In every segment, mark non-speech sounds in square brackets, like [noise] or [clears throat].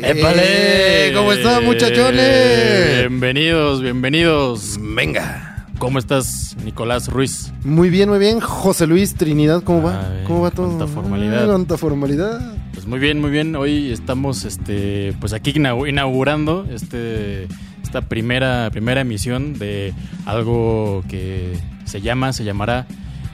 ¡Épale! Eh, ¿Cómo están, muchachones? Eh, Bienvenidos, bienvenidos. Venga. ¿Cómo estás, Nicolás Ruiz? Muy bien, muy bien. José Luis Trinidad, ¿cómo va? Ay, ¿Cómo va todo? cuánta Ah, formalidad. Ay, cuánta formalidad. Pues muy bien, muy bien. Hoy estamos este pues aquí inau- inaugurando este esta primera primera emisión de algo que se llama, se llamará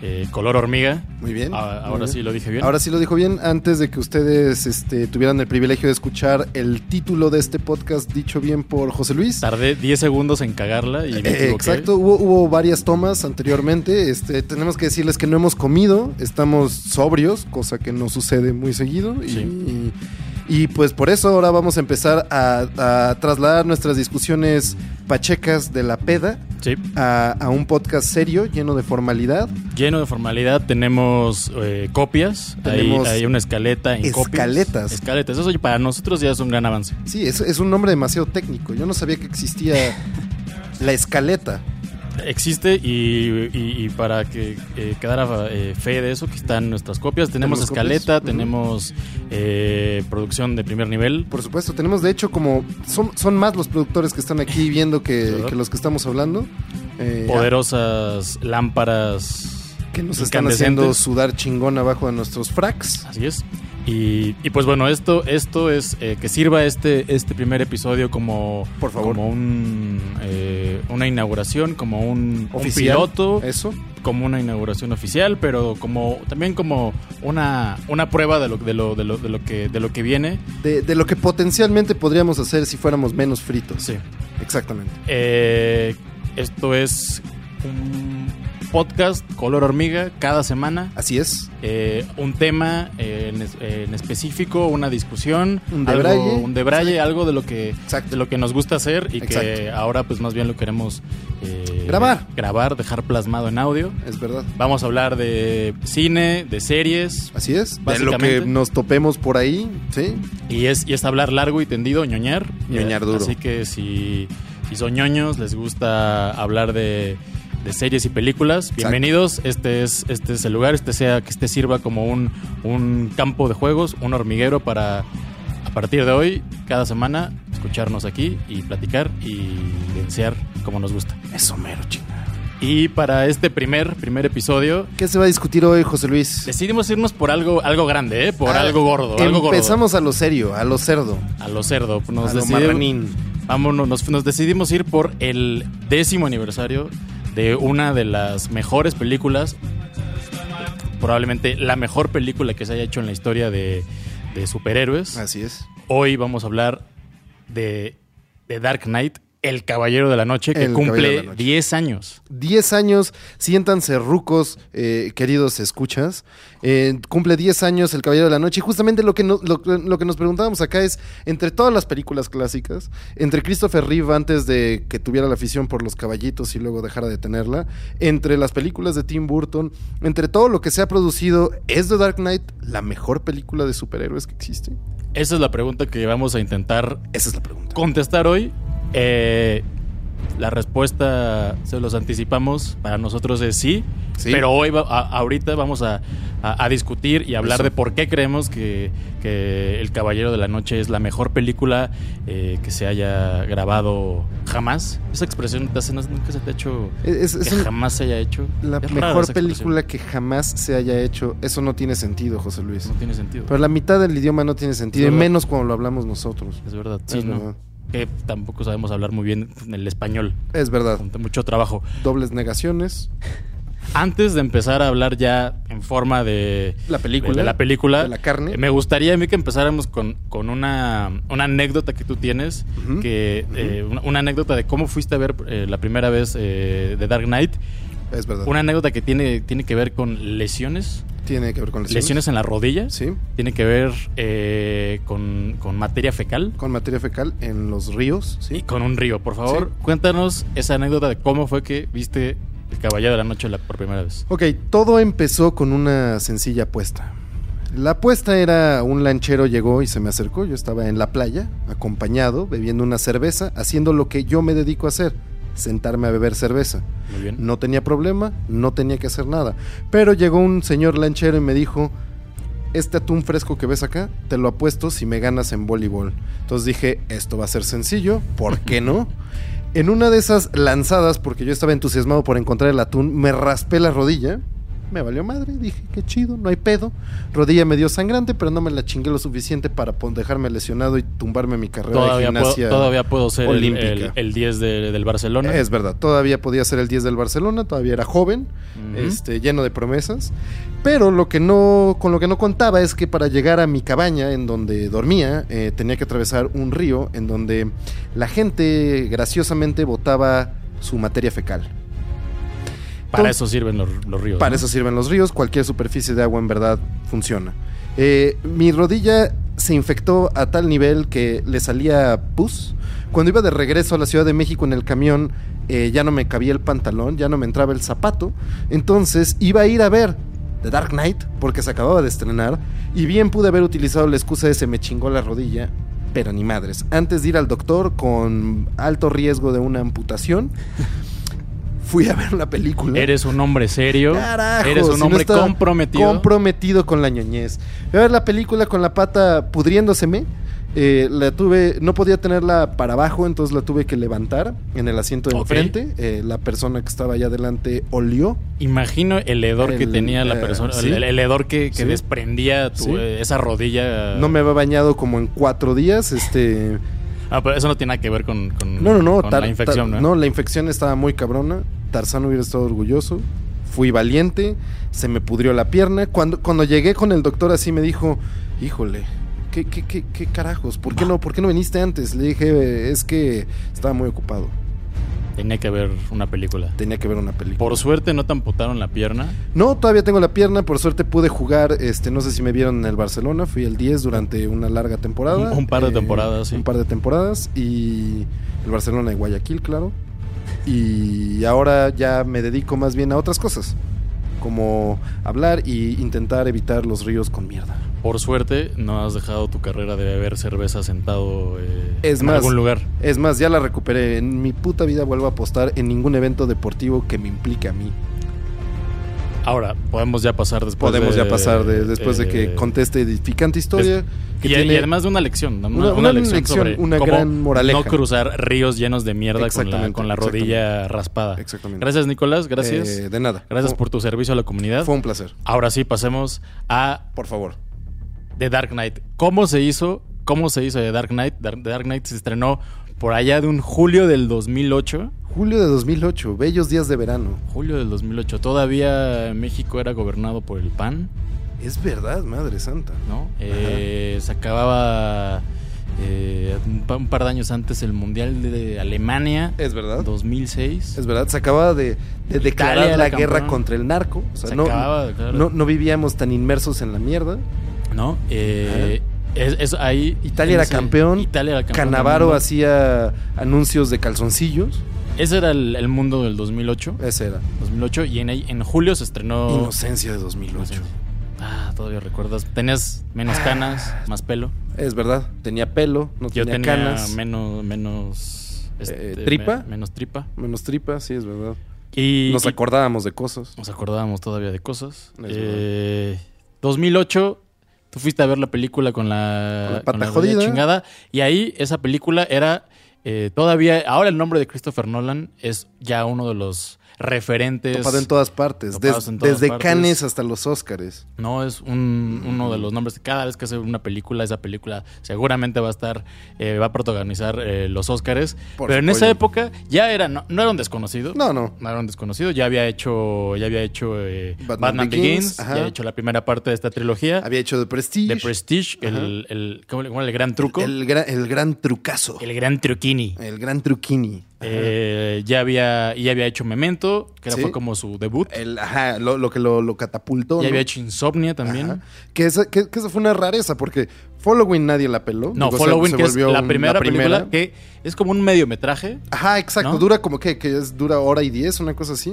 eh, Color Hormiga. Muy bien. Ah, muy ahora bien. sí lo dije bien. Ahora sí lo dijo bien. Antes de que ustedes este, tuvieran el privilegio de escuchar el título de este podcast dicho bien por José Luis. Tardé 10 segundos en cagarla y me Eh, equivoqué. Exacto, hubo, hubo varias tomas anteriormente. Este, tenemos que decirles que no hemos comido, estamos sobrios, cosa que no sucede muy seguido. y- Sí. Y, y, pues por eso ahora vamos a empezar a, a trasladar nuestras discusiones pachecas de la peda Sí. a, a un podcast serio, lleno de formalidad, Lleno de formalidad, tenemos eh, copias, Ahí- Tenemos hay, una escaleta en copias. escaletas. Escaletas, eso para nosotros ya es un gran avance. Sí, es, es un nombre demasiado técnico. Yo no sabía que [laughs] existía la escaleta. Existe y, y- y para que eh, quedara eh, fe de eso, que están nuestras copias. Tenemos Tenemos copias, escaleta, ujú. tenemos eh, producción de primer nivel. Por supuesto, tenemos de hecho como... Son, son más los productores que están aquí viendo que, ¿Verdad? que los que estamos hablando. Eh, Poderosas lámparas. que nos están incandescentes. haciendo sudar chingón abajo de nuestros fracs. Así es. Y, y pues bueno, esto, esto es eh, que sirva este, este primer episodio como, Por favor. como un, eh, una inauguración, como un, un Oficial. piloto, Eso. como una inauguración oficial, pero como también como una, una prueba de lo, de lo, de lo, de lo que, de lo que viene. De, de lo que potencialmente podríamos hacer si fuéramos menos fritos. Sí. Exactamente. Eh, esto es un podcast color hormiga cada semana. Así es. Eh, un tema eh, en, es- eh, en específico, una discusión, Un algo- debraye. un debraye, algo de lo que de Exacto. lo que nos gusta hacer y que Exacto. ahora pues más bien lo queremos eh, Grabar. grabar, dejar plasmado en audio. Es verdad. Vamos a hablar de cine, de series Así es. De lo Básicamente. que nos topemos por ahí. Sí. y es y es hablar largo y tendido, ñoñar, Ñoñar Eh, duro. Así que si si son ñoños, les gusta hablar de de series y películas. Bienvenidos. Este es este es el lugar. Este sea que este sirva como un un campo de juegos, un hormiguero para a partir de hoy cada semana escucharnos aquí y platicar y densear como nos gusta. Eso mero, chingada. Y para este primer primer episodio ¿Qué se va a discutir hoy, José Luis? decidimos irnos por algo algo grande, ¿eh? por Ah, algo gordo, algo gordo. Empezamos a lo serio, a lo cerdo, a lo cerdo. Nos a lo decidimos- marranín. Vámonos, nos, nos decidimos ir por el décimo aniversario de una de las mejores películas, probablemente la mejor película que se haya hecho en la historia de, de superhéroes. Así es. Hoy vamos a hablar de, de Dark Knight, El Caballero de la Noche, que El Caballero de cumple la Noche. 10 años. 10 años, siéntanse rucos, eh, queridos escuchas. Eh, cumple 10 años El Caballero de la Noche. Y justamente lo que, no- lo, lo que nos preguntábamos acá es, entre todas las películas clásicas, entre Christopher Reeve antes de que tuviera la afición por los caballitos y luego dejara de tenerla, entre las películas de Tim Burton, entre todo lo que se ha producido, ¿es The Dark Knight la mejor película de superhéroes que existe? Esa es la pregunta que vamos a intentar Esa es la pregunta. contestar hoy. Eh, la respuesta, se los anticipamos, para nosotros es sí. Sí. Pero hoy, va- a- ahorita vamos a, a- a discutir y hablar Eso. de por qué creemos que, que El Caballero de la Noche es la mejor película eh, que se haya grabado jamás. Esa expresión te hace- no- nunca se te ha hecho Es, es que un- jamás se haya hecho. la Es rara mejor esa expresión. película que jamás se haya hecho. Eso no tiene sentido, José Luis. No tiene sentido. Pero la mitad del idioma no tiene sentido, y ¿Verdad? menos cuando lo hablamos nosotros. es verdad. Sí, es, no. verdad. Que tampoco sabemos hablar muy bien el español. Es verdad. Con mucho trabajo. Dobles negaciones. Antes de empezar a hablar ya en forma de La película. de la película, De la carne. eh, me gustaría a mí que empezáramos con, con una, una anécdota que tú tienes, Ujú. que eh, una, una anécdota de cómo fuiste a ver eh, la primera vez eh, de Dark Knight, Es verdad. una anécdota que tiene, tiene que ver con lesiones, Tiene que ver con lesiones. lesiones en las rodillas, Sí. tiene que ver eh, con, con materia fecal. Con materia fecal en los ríos. Y Sí. con un río, por favor, Sí. cuéntanos esa anécdota de cómo fue que viste el Caballero de la Noche la, por primera vez. Ok, todo empezó con una sencilla apuesta. La apuesta era un lanchero llegó y se me acercó. Yo estaba en la playa, acompañado, bebiendo una cerveza, haciendo lo que yo me dedico a hacer, sentarme a beber cerveza. Muy bien. No tenía problema, no tenía que hacer nada. Pero llegó un señor lanchero y me dijo, este atún fresco que ves acá, te lo apuesto si me ganas en voleibol. Entonces dije, esto va a ser sencillo, ¿por qué [laughs] no? En una de esas lanzadas, porque yo estaba entusiasmado por encontrar el atún, me raspé la rodilla. Me valió madre, dije, qué chido, no hay pedo. Rodilla medio sangrante, pero no me la chingué lo suficiente para pon- dejarme lesionado y tumbarme mi carrera Todavía de puedo, gimnasia. todavía puedo ser el- olímpica. el, el 10 de- del Barcelona. Es verdad, todavía podía ser el 10 del Barcelona, todavía era joven, Ujú. este, lleno de promesas. Pero lo que no, con lo que no contaba es que para llegar a mi cabaña en donde dormía, eh, tenía que atravesar un río en donde la gente graciosamente botaba su materia fecal. Para eso sirven los, los ríos. Para ¿no? eso sirven los ríos, cualquier superficie de agua en verdad funciona. Eh, mi rodilla se infectó a tal nivel que le salía pus. Cuando iba de regreso a la Ciudad de México en el camión, eh, ya no me cabía el pantalón, ya no me entraba el zapato. Entonces iba a ir a ver The Dark Knight, porque se acababa de estrenar, y bien pude haber utilizado la excusa de se me chingó la rodilla. Pero ni madres. Antes de ir al doctor con alto riesgo de una amputación, [laughs] fui a ver la película. Eres un hombre serio. Carajo, eres si un no hombre estaba comprometido. Comprometido con la ñoñez. Fui a ver la película con la pata pudriéndoseme. Eh, la tuve, no podía tenerla para abajo, entonces la tuve que levantar en el asiento de Ok. enfrente. Eh, la persona que estaba allá adelante olió. Imagino el hedor que El, tenía la eh, persona. sí. El, el hedor que, que Sí. desprendía tu- Sí. eh, esa rodilla. No me había bañado como en cuatro días. Este, Ah, pero eso no tiene nada que ver con, con- no, no, no. con tar- la infección, tar- ¿no? la infección estaba muy cabrona. Tarzán hubiera estado orgulloso. Fui valiente, se me pudrió la pierna. Cuando, cuando llegué con el doctor así me dijo, híjole, ¿qué, qué, qué, qué carajos? ¿Por qué, no, ¿Por qué no viniste antes? Le dije, es que estaba muy ocupado. Tenía que ver una película. Tenía que ver una película. Por suerte no te amputaron la pierna. No, todavía tengo la pierna. Por suerte pude jugar, este, no sé si me vieron en el Barcelona. Fui el 10 durante una larga temporada. Eh, Un- un par de temporadas, sí. Un par de temporadas. Y el Barcelona de Guayaquil, claro. Y ahora ya me dedico más bien a otras cosas. Como hablar y intentar evitar los ríos con mierda. Por suerte no has dejado tu carrera de beber cerveza sentado eh, Es en más, algún lugar. Es más, ya la recuperé. En mi puta vida vuelvo a apostar en ningún evento deportivo que me implique a mí. Ahora, podemos ya pasar después Podemos de- ya pasar de- después de Pues, eh, que conteste edificante historia. que y, y tiene- además de una lección, una, Una- una una lección, lección, sobre una cómo gran moraleja. No cruzar ríos llenos de mierda con la, Exactamente, con la rodilla raspada. Exactamente. Gracias, Nicolás. Gracias. Eh, de nada. gracias Fue- por tu servicio a la comunidad. Fue un placer. Ahora sí, pasemos a Por favor. The Dark Knight. ¿Cómo se hizo? ¿Cómo se hizo The Dark Knight? Dar- The Dark Knight se estrenó por allá de un julio del 2008. Julio de 2008, bellos días de verano. Julio del 2008. Todavía México era gobernado por el PAN, Es verdad, madre santa. ¿no? Eh, se acababa eh, un, pa- un par de años antes el Mundial de, de Alemania, Es verdad. 2006. Es verdad, se acababa de, de declarar era la campeón. guerra contra el narco. O sea, Se no, acababa, claro. no, no vivíamos tan inmersos en la mierda. ¿no? Eh, es, es ahí. Italia era ese- campeón. Italia era campeón. del Canavaro mundo. hacía anuncios de calzoncillos. Ese era el, el mundo del 2008. Ese era. 2008 y en, ahí- en julio se estrenó. Inocencia de 2008. Ah, todavía recuerdas. Tenías menos Ah, canas, más pelo. Es verdad, tenía pelo, no Yo tenía, tenía canas, menos menos este, Eh, ¿tripa? me- menos tripa menos tripa, sí, es verdad. y Nos y acordábamos de cosas. nos acordábamos todavía de cosas. Es Eh, 2008 tú fuiste a ver la película con la, Con la pata rodilla jodida. chingada y ahí esa película era eh, todavía ahora el nombre de Christopher Nolan es ya uno de los referentes Topado en todas partes, topados des- en todas desde partes. Cannes hasta los Óscares. No, es un- uno de los nombres. Cada vez que hace una película, esa película seguramente va a estar, eh, va a protagonizar eh, los Óscares. Por Pero en supuesto. esa época ya era, no, no era un desconocido. No, no. No era un desconocido. Ya había hecho, ya había hecho eh, Batman Batman, Begins, Begins, ajá. ya había hecho la primera parte de esta trilogía. Había hecho de Prestige. The Prestige, el, el, ¿cómo le- cómo le- el gran truco. El, El, gran, el gran trucazo. El, gran truquini. gran truquini. Eh, ya había, y ya había hecho Memento, que era- Sí. fue como su debut. El, ajá, lo, lo que lo, lo catapultó. ya ¿no? había hecho Insomnia también. Ajá. Que esa, que, que esa fue una rareza, porque Following nadie la peló. No, Digo, se- Following, se que es volvió la un- primera, película que es como un mediometraje. Ajá, exacto. ¿no? Dura como que, que es, dura hora y diez, una cosa así.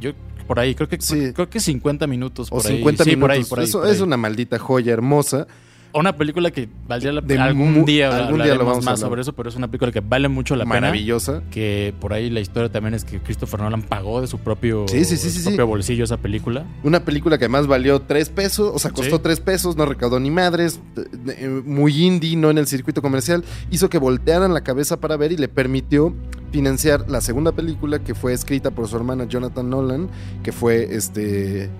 Yo por ahí, creo que Sí. creo que 50 minutos O por ahí. 50 Sí, minutos. por ahí, por ahí, Eso por ahí. es una maldita joya hermosa. una película que valdría la De pena. Algún mu- día algún día algún lo vamos a más hablar. sobre eso, pero es una película que vale mucho la pena. Maravillosa. Que por ahí la historia también es que Christopher Nolan pagó de su propio, Sí, sí, sí, de su sí, sí. propio bolsillo esa película. Una película que además valió tres pesos, o sea, costó Sí. tres pesos, no recaudó ni madres, de- de- muy indie, no en el circuito comercial, hizo que voltearan la cabeza para ver y le permitió financiar la segunda película que fue escrita por su hermana Jonathan Nolan, que fue este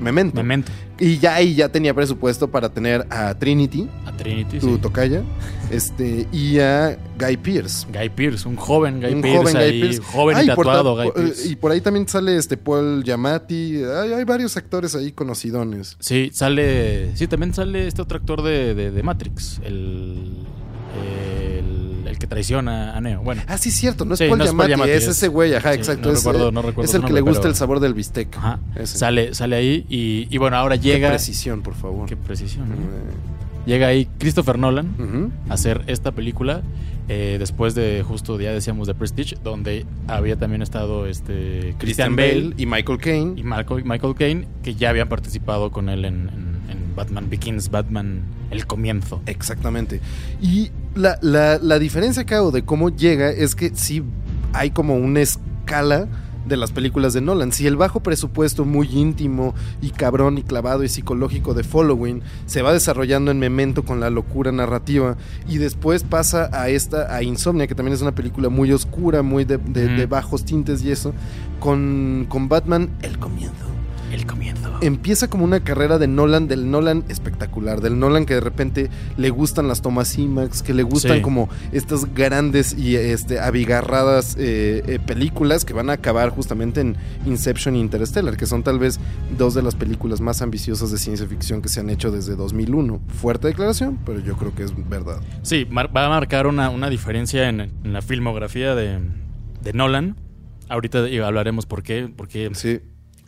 Memento. Memento, Y ya ahí ya tenía presupuesto para tener a Trinity, a Trinity. tu sí. tocaya, este, y a Guy Pierce. Guy Pierce, un joven Guy un Pierce. joven ahí, Guy Pearce. Joven Ah, y y por ta- tatuado Guy por- eh, Pierce. Y por ahí también sale este Paul Giamatti. Hay, hay varios actores ahí conocidones. Sí, sale. Sí, también sale este otro actor de, de- de Matrix, el, el. el que traiciona a Neo. Bueno. Ah, sí, cierto, no es Sí, Paul no es Paul Giamatti, Giamatti, es es- ese güey, ajá, sí, exacto. no es, eh, recuerdo- no recuerdo es su el que nombre, le gusta pero- el sabor del bistec. Ajá. Ese. Sale, sale ahí y, y bueno, ahora Qué llega. precisión, por favor. Qué precisión. ¿no? Eh, Llega ahí Christopher Nolan ujú. a hacer esta película eh, después de justo ya decíamos de Prestige, donde había también estado este Christian Bale y Michael Caine. y Michael, Michael Caine que ya habían participado con él en, en- en Batman Begins, Batman El Comienzo. Exactamente. Y la, la- la diferencia que hago de cómo llega es que sí hay como una escala de las películas de Nolan. Si el bajo presupuesto muy íntimo y cabrón y clavado y psicológico de Following se va desarrollando en Memento con la locura narrativa y después pasa a esta, a Insomnia, que también es una película muy oscura, muy de, de- Mm. de bajos tintes y eso, con, con Batman, el comienzo El Comienzo. empieza como una carrera de Nolan, del Nolan espectacular, del Nolan que de repente le gustan las tomas IMAX, que le gustan Sí. como estas grandes y este, abigarradas eh, eh, películas que van a acabar justamente en Inception e Interstellar, que son tal vez dos de las películas más ambiciosas de ciencia ficción que se han hecho desde 2001. Fuerte declaración, pero yo creo que es verdad. Sí, mar- va a marcar una, una diferencia en, en la filmografía de, de Nolan. Ahorita eh, hablaremos por qué, porque Sí.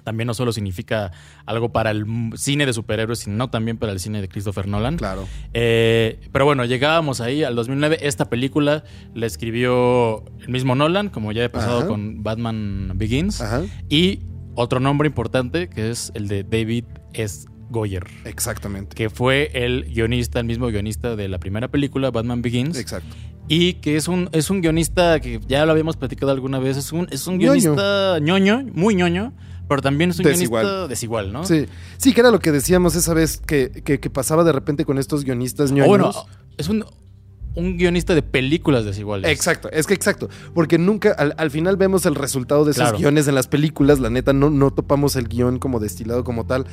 también no solo significa algo para el m- cine de superhéroes, sino también para el cine de Christopher Nolan. Claro. Eh, pero bueno, llegábamos ahí al 2009. Esta película la escribió el mismo Nolan, como ya he pasado Ajá. con Batman Begins. Ajá. Y otro nombre importante que es el de David S. Goyer, Exactamente. que fue el guionista, el mismo guionista de la primera película, Batman Begins. Exacto. Y que es un, es un guionista que ya lo habíamos platicado alguna vez. Es un, es un Ñoño. guionista ñoño, muy ñoño, pero también es un Desigual. guionista desigual, ¿no? Sí. Sí, que era lo que decíamos esa vez que, que- que pasaba de repente con estos guionistas ñoños. O Ah, bueno, es un, un guionista de películas desiguales. Exacto, es que exacto, porque nunca al, al final vemos el resultado de esos Claro. guiones en las películas, la neta no, no topamos el guión como destilado como tal.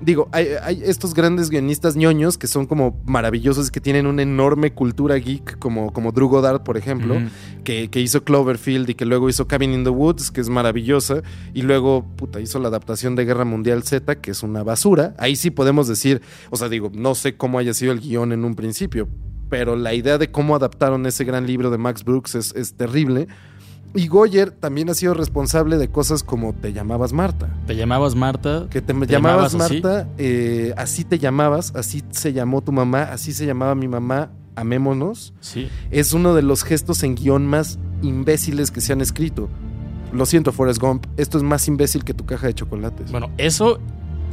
Digo, hay, hay estos grandes guionistas ñoños que son como maravillosos, que tienen una enorme cultura geek, como, como Drew Goddard, por ejemplo, Ujú. que, que hizo Cloverfield y que luego hizo Cabin in the Woods, que es maravillosa, y luego, puta, hizo la adaptación de Guerra Mundial Z, que es una basura. Ahí sí podemos decir, o sea, digo, no sé cómo haya sido el guión en un principio, pero la idea de cómo adaptaron ese gran libro de Max Brooks es, es terrible. Y Goyer también ha sido responsable de cosas como Te llamabas Marta. Te llamabas Marta. Que te, ¿Te llamabas, llamabas así? Marta, eh, así te llamabas, así se llamó tu mamá, así se llamaba mi mamá, amémonos Sí. es uno de los gestos en guión más imbéciles que se han escrito. Lo siento, Forrest Gump, esto es más imbécil que tu caja de chocolates. Bueno, eso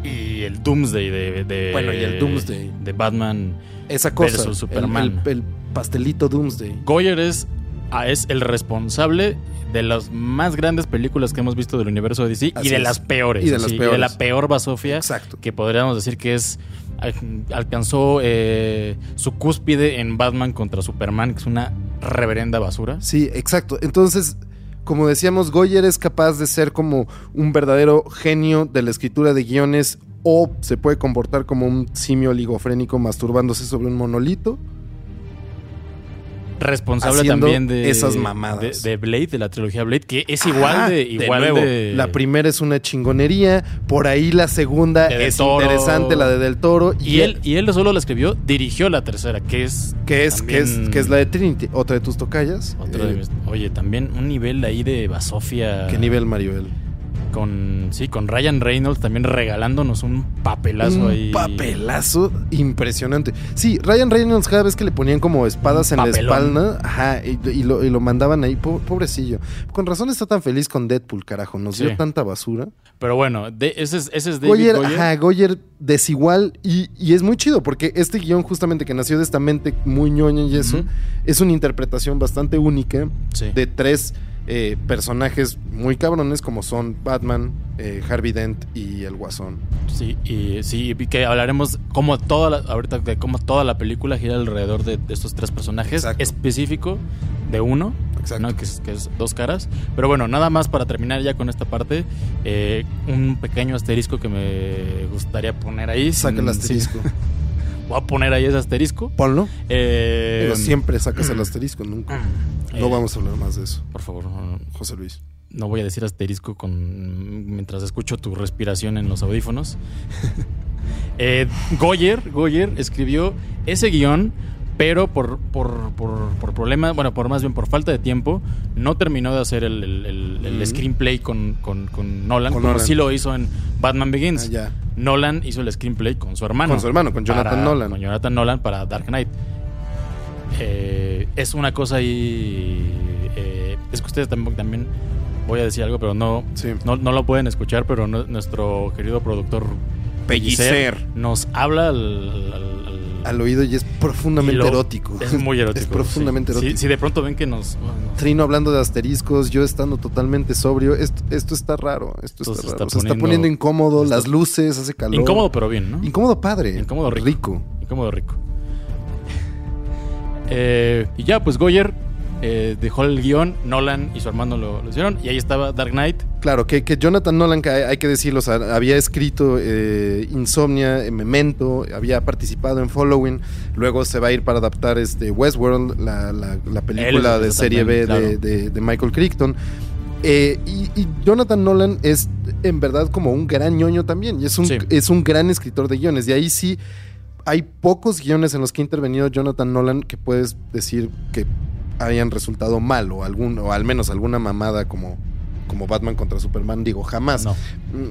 y el Doomsday de. de- Bueno, y el Doomsday. De Batman. Esa cosa, versus el- Superman. El, el pastelito Doomsday. Goyer es, ah, es el responsable de las más grandes películas que hemos visto del universo de DC Así y de es. las peores. Y de las de la peores. peor basofia. Exacto. Que podríamos decir que es. al- Alcanzó eh, su cúspide en Batman contra Superman, que es una reverenda basura. Sí, exacto. Entonces, como decíamos, Goyer es capaz de ser como un verdadero genio de la escritura de guiones o se puede comportar como un simio oligofrénico masturbándose sobre un monolito. responsable haciendo también de esas mamadas. de, de Blade de la trilogía Blade que es igual Ajá, de igual de, nuevo, La primera es una chingonería, por ahí la segunda De Del es Toro. interesante, la de Del Toro. y él y él solo la escribió dirigió la tercera que es Que es, que, es, También- que es la de Trinity, otra de tus tocallas. otra Eh, de mis- oye también un nivel ahí de basofia ¿Qué nivel, Maribel? con sí, con Ryan Reynolds también regalándonos un papelazo un ahí. papelazo impresionante. Sí, Ryan Reynolds cada vez que le ponían como espadas en Un la papelón. espalda, ajá, y, y lo, y lo mandaban ahí, po- pobrecillo. Con razón está tan feliz con Deadpool, carajo, nos Sí. dio tanta basura. Pero bueno, de- ese, es, ese es David Goyer, Goyer. ajá, Goyer desigual y, y es muy chido porque este guión justamente que nació de esta mente muy ñoña y eso, Ujú. es una interpretación bastante única Sí. de tres eh, personajes muy cabrones como son Batman, eh, Harvey Dent y el Guasón. Sí, y sí, y que hablaremos como toda la, ahorita de cómo toda la película gira alrededor de, de estos tres personajes Exacto. específico de uno, Exacto. ¿no? que, es, que es dos caras. Pero bueno, nada más para terminar ya con esta parte, eh, un pequeño asterisco que me gustaría poner ahí. Saca el sin- asterisco. sin- voy a poner ahí ese asterisco. [laughs] Ponlo. Eh, Pero siempre sacas el [clears throat] asterisco, nunca. No eh, vamos a hablar más de eso, Por favor, no, no, José Luis. no voy a decir asterisco con mientras escucho tu respiración en los [laughs] audífonos. Eh, Goyer, Goyer escribió ese guión, pero por, por, por, por problema, bueno, por más bien por falta de tiempo, no terminó de hacer el, el- el- el Ujú. screenplay con, con- con Nolan, Con como Nolan. sí lo hizo en Batman Ah, Begins. ya. Nolan hizo el screenplay con su hermano. Con su hermano, con Jonathan para- Nolan. Con Jonathan Nolan para Dark Knight. Eh, es una cosa ahí. eh, es que ustedes también, también voy a decir algo, pero no, Sí. no, no lo pueden escuchar, pero no- nuestro querido productor Pellicer. nos habla al- al- al- Al oído y es profundamente y lo- erótico. Es muy erótico. Es profundamente sí. Sí, erótico. Si, de pronto ven que nos. Trino hablando de asteriscos, yo estando totalmente sobrio. Esto, esto está raro. Esto Esto está se raro. se está está poniendo- poniendo incómodo. se está- las luces, hace calor. Incómodo, pero bien, ¿no? Incómodo padre. Incómodo rico. rico. Incómodo rico. Eh, y ya, pues Goyer eh, dejó el guión, Nolan y su hermano lo, lo hicieron, y ahí estaba Dark Knight. Claro, que, que Jonathan Nolan, que hay, hay que decirlo, o sea, había escrito eh, Insomnia, eh, Memento, había participado en Following, luego se va a ir para adaptar este Westworld, la, la- la película Él es de el serie B también, de, claro. de- de Michael Crichton. Eh, y, y Jonathan Nolan es en verdad como un gran ñoño también, y es un, Sí. es un gran escritor de guiones, y ahí sí hay pocos guiones en los que ha intervenido Jonathan Nolan que puedes decir que hayan resultado mal o, algún, o al menos alguna mamada como, como Batman contra Superman, digo, jamás. No.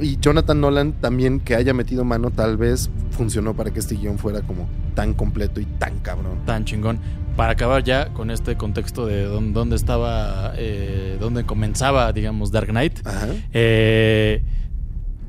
Y Jonathan Nolan también que haya metido mano tal vez funcionó para que este guión fuera como tan completo y tan cabrón. Tan chingón. Para acabar ya con este contexto de dónde, dónde estaba, eh, dónde comenzaba, digamos, Dark Knight. Ajá. Eh,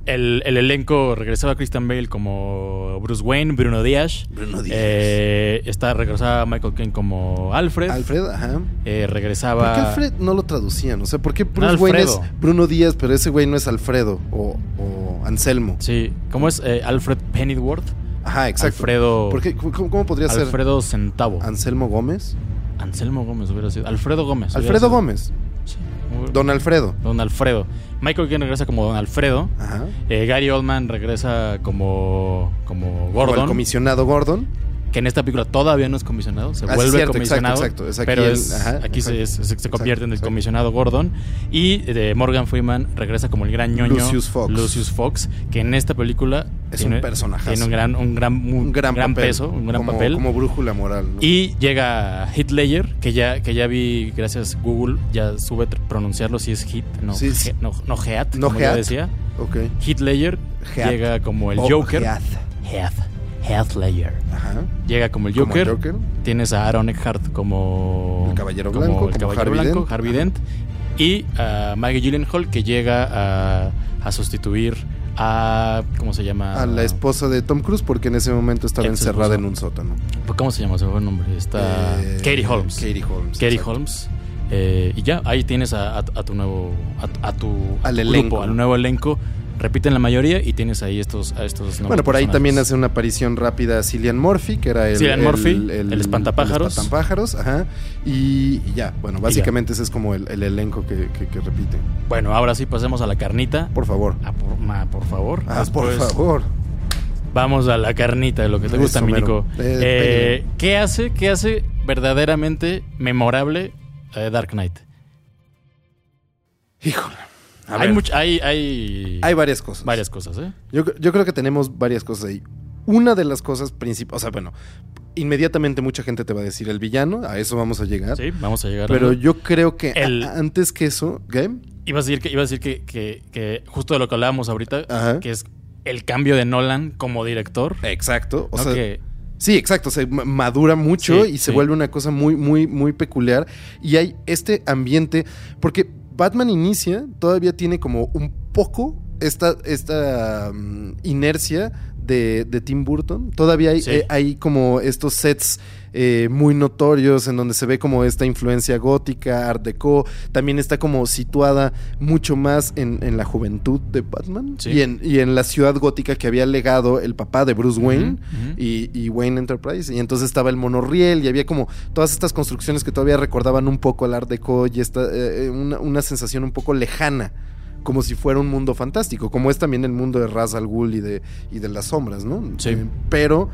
el, el elenco regresaba Christian Bale como Bruce Wayne, Bruno Díaz. Bruno Díaz. Eh, está, regresaba Michael Caine como Alfred. Alfred, ajá. Eh, regresaba. ¿Por qué Alfred no lo traducían? O sea, ¿por qué Bruce Alfredo. Wayne es Bruno Díaz, pero ese güey no es Alfredo o, o Anselmo? Sí, ¿cómo es? Eh, Alfred Pennyworth. Ajá, exacto. Alfredo. ¿Por qué? ¿Cómo, cómo podría Alfredo Centavo. ser? ¿Anselmo Gómez? Anselmo Gómez hubiera sido. Alfredo Gómez. hubiera Alfredo sido. Gómez. Sí, muy- Don Alfredo. Don Alfredo. Michael Caine regresa como Don Alfredo. Ajá. Eh, Gary Oldman regresa como, como Gordon. Como el comisionado Gordon. que en esta película todavía no es comisionado, se Ah, sí, vuelve cierto, comisionado. exacto, exacto, es aquí pero el- es- ajá, aquí se, exacto, se- se convierte en el exacto. comisionado Gordon. Y eh, Morgan Freeman regresa como el gran ñoño. Lucius Fox. Lucius Fox, que en esta película Es un personajazo. Tiene un gran, un gran, un Un gran, gran papel. peso, un gran como, papel. Como brújula moral. ¿no? Y llega Hitler, que ya, que ya vi, gracias Google, ya sube tr- pronunciarlo si es Hit, no, Sí, sí. Ge- no, no Heat, No como yo Heat. decía. Ok. Hitler Heat. Oh, llega como el O Joker. Heath. Heath. Heathledger. Ajá. Llega como el Como Joker. Joker. Tienes a Aaron Eckhart como. El Caballero Blanco, el como Caballero Harvey Blanco, Dent. Harvey Dent. Y a Maggie Gyllenhaal que llega a, a sustituir a. ¿Cómo se llama? A la esposa de Tom Cruise, porque en ese momento estaba Ah. Ex encerrada esposa. en un sótano. ¿Cómo se llama? Se me fue el nombre. Está. Eh, Katie Holmes. Katie Holmes. Katie exacto. Holmes. Eh, y ya, ahí tienes a, a- a tu nuevo. A, a tu, a Al tu elenco. grupo, al nuevo elenco. Repiten la mayoría y tienes ahí estos, a estos nuevos Bueno, por ahí personajes. también hace una aparición rápida Cillian Murphy, que era el, Cillian Murphy, el espantapájaros. el espantapájaros, ajá. Y y ya, bueno, básicamente ese es como el, el elenco que, que- que repite. Bueno, ahora sí pasemos a la carnita. Por favor. Ah, por, ma, por favor. Ah, Después- por favor. Vamos a la carnita de lo que te gusta, Eso, mero. Minico. Eh, Eh, ¿Qué hace, qué hace verdaderamente memorable eh, Dark Knight? Híjole. A Hay, ver, much- hay, hay, hay varias cosas. varias cosas, ¿eh? Yo, yo creo que tenemos varias cosas ahí. Una de las cosas principales, o sea, bueno, inmediatamente mucha gente te va a decir el villano, a eso vamos a llegar. Sí, vamos a llegar. a- Pero yo creo que a- El- antes que eso, ¿qué? Iba a decir que, iba a decir que, que- que justo de lo que hablábamos ahorita, Ajá. que es el cambio de Nolan como director. Exacto. O ¿no? sea, Que- Sí, exacto. Se ma- madura mucho Sí, y se sí. vuelve una cosa muy, muy, muy peculiar. Y hay este ambiente. Porque Batman inicia, todavía tiene como un poco esta, esta mm, inercia de, de Tim Burton. Todavía hay, Sí. eh, hay como estos sets. eh, muy notorios en donde se ve como esta influencia gótica, art deco, también está como situada mucho más en, en la juventud de Batman Sí. y, en, y en la ciudad gótica que había legado el papá de Bruce Wayne, Ujú, ujú. y, y Wayne Enterprise. Y entonces estaba el monorriel y había como todas estas construcciones que todavía recordaban un poco al Art Deco y esta, eh, una, una sensación un poco lejana, como si fuera un mundo fantástico, como es también el mundo de Ra's al Ghul y de, y de las sombras, ¿no? Sí. Eh, pero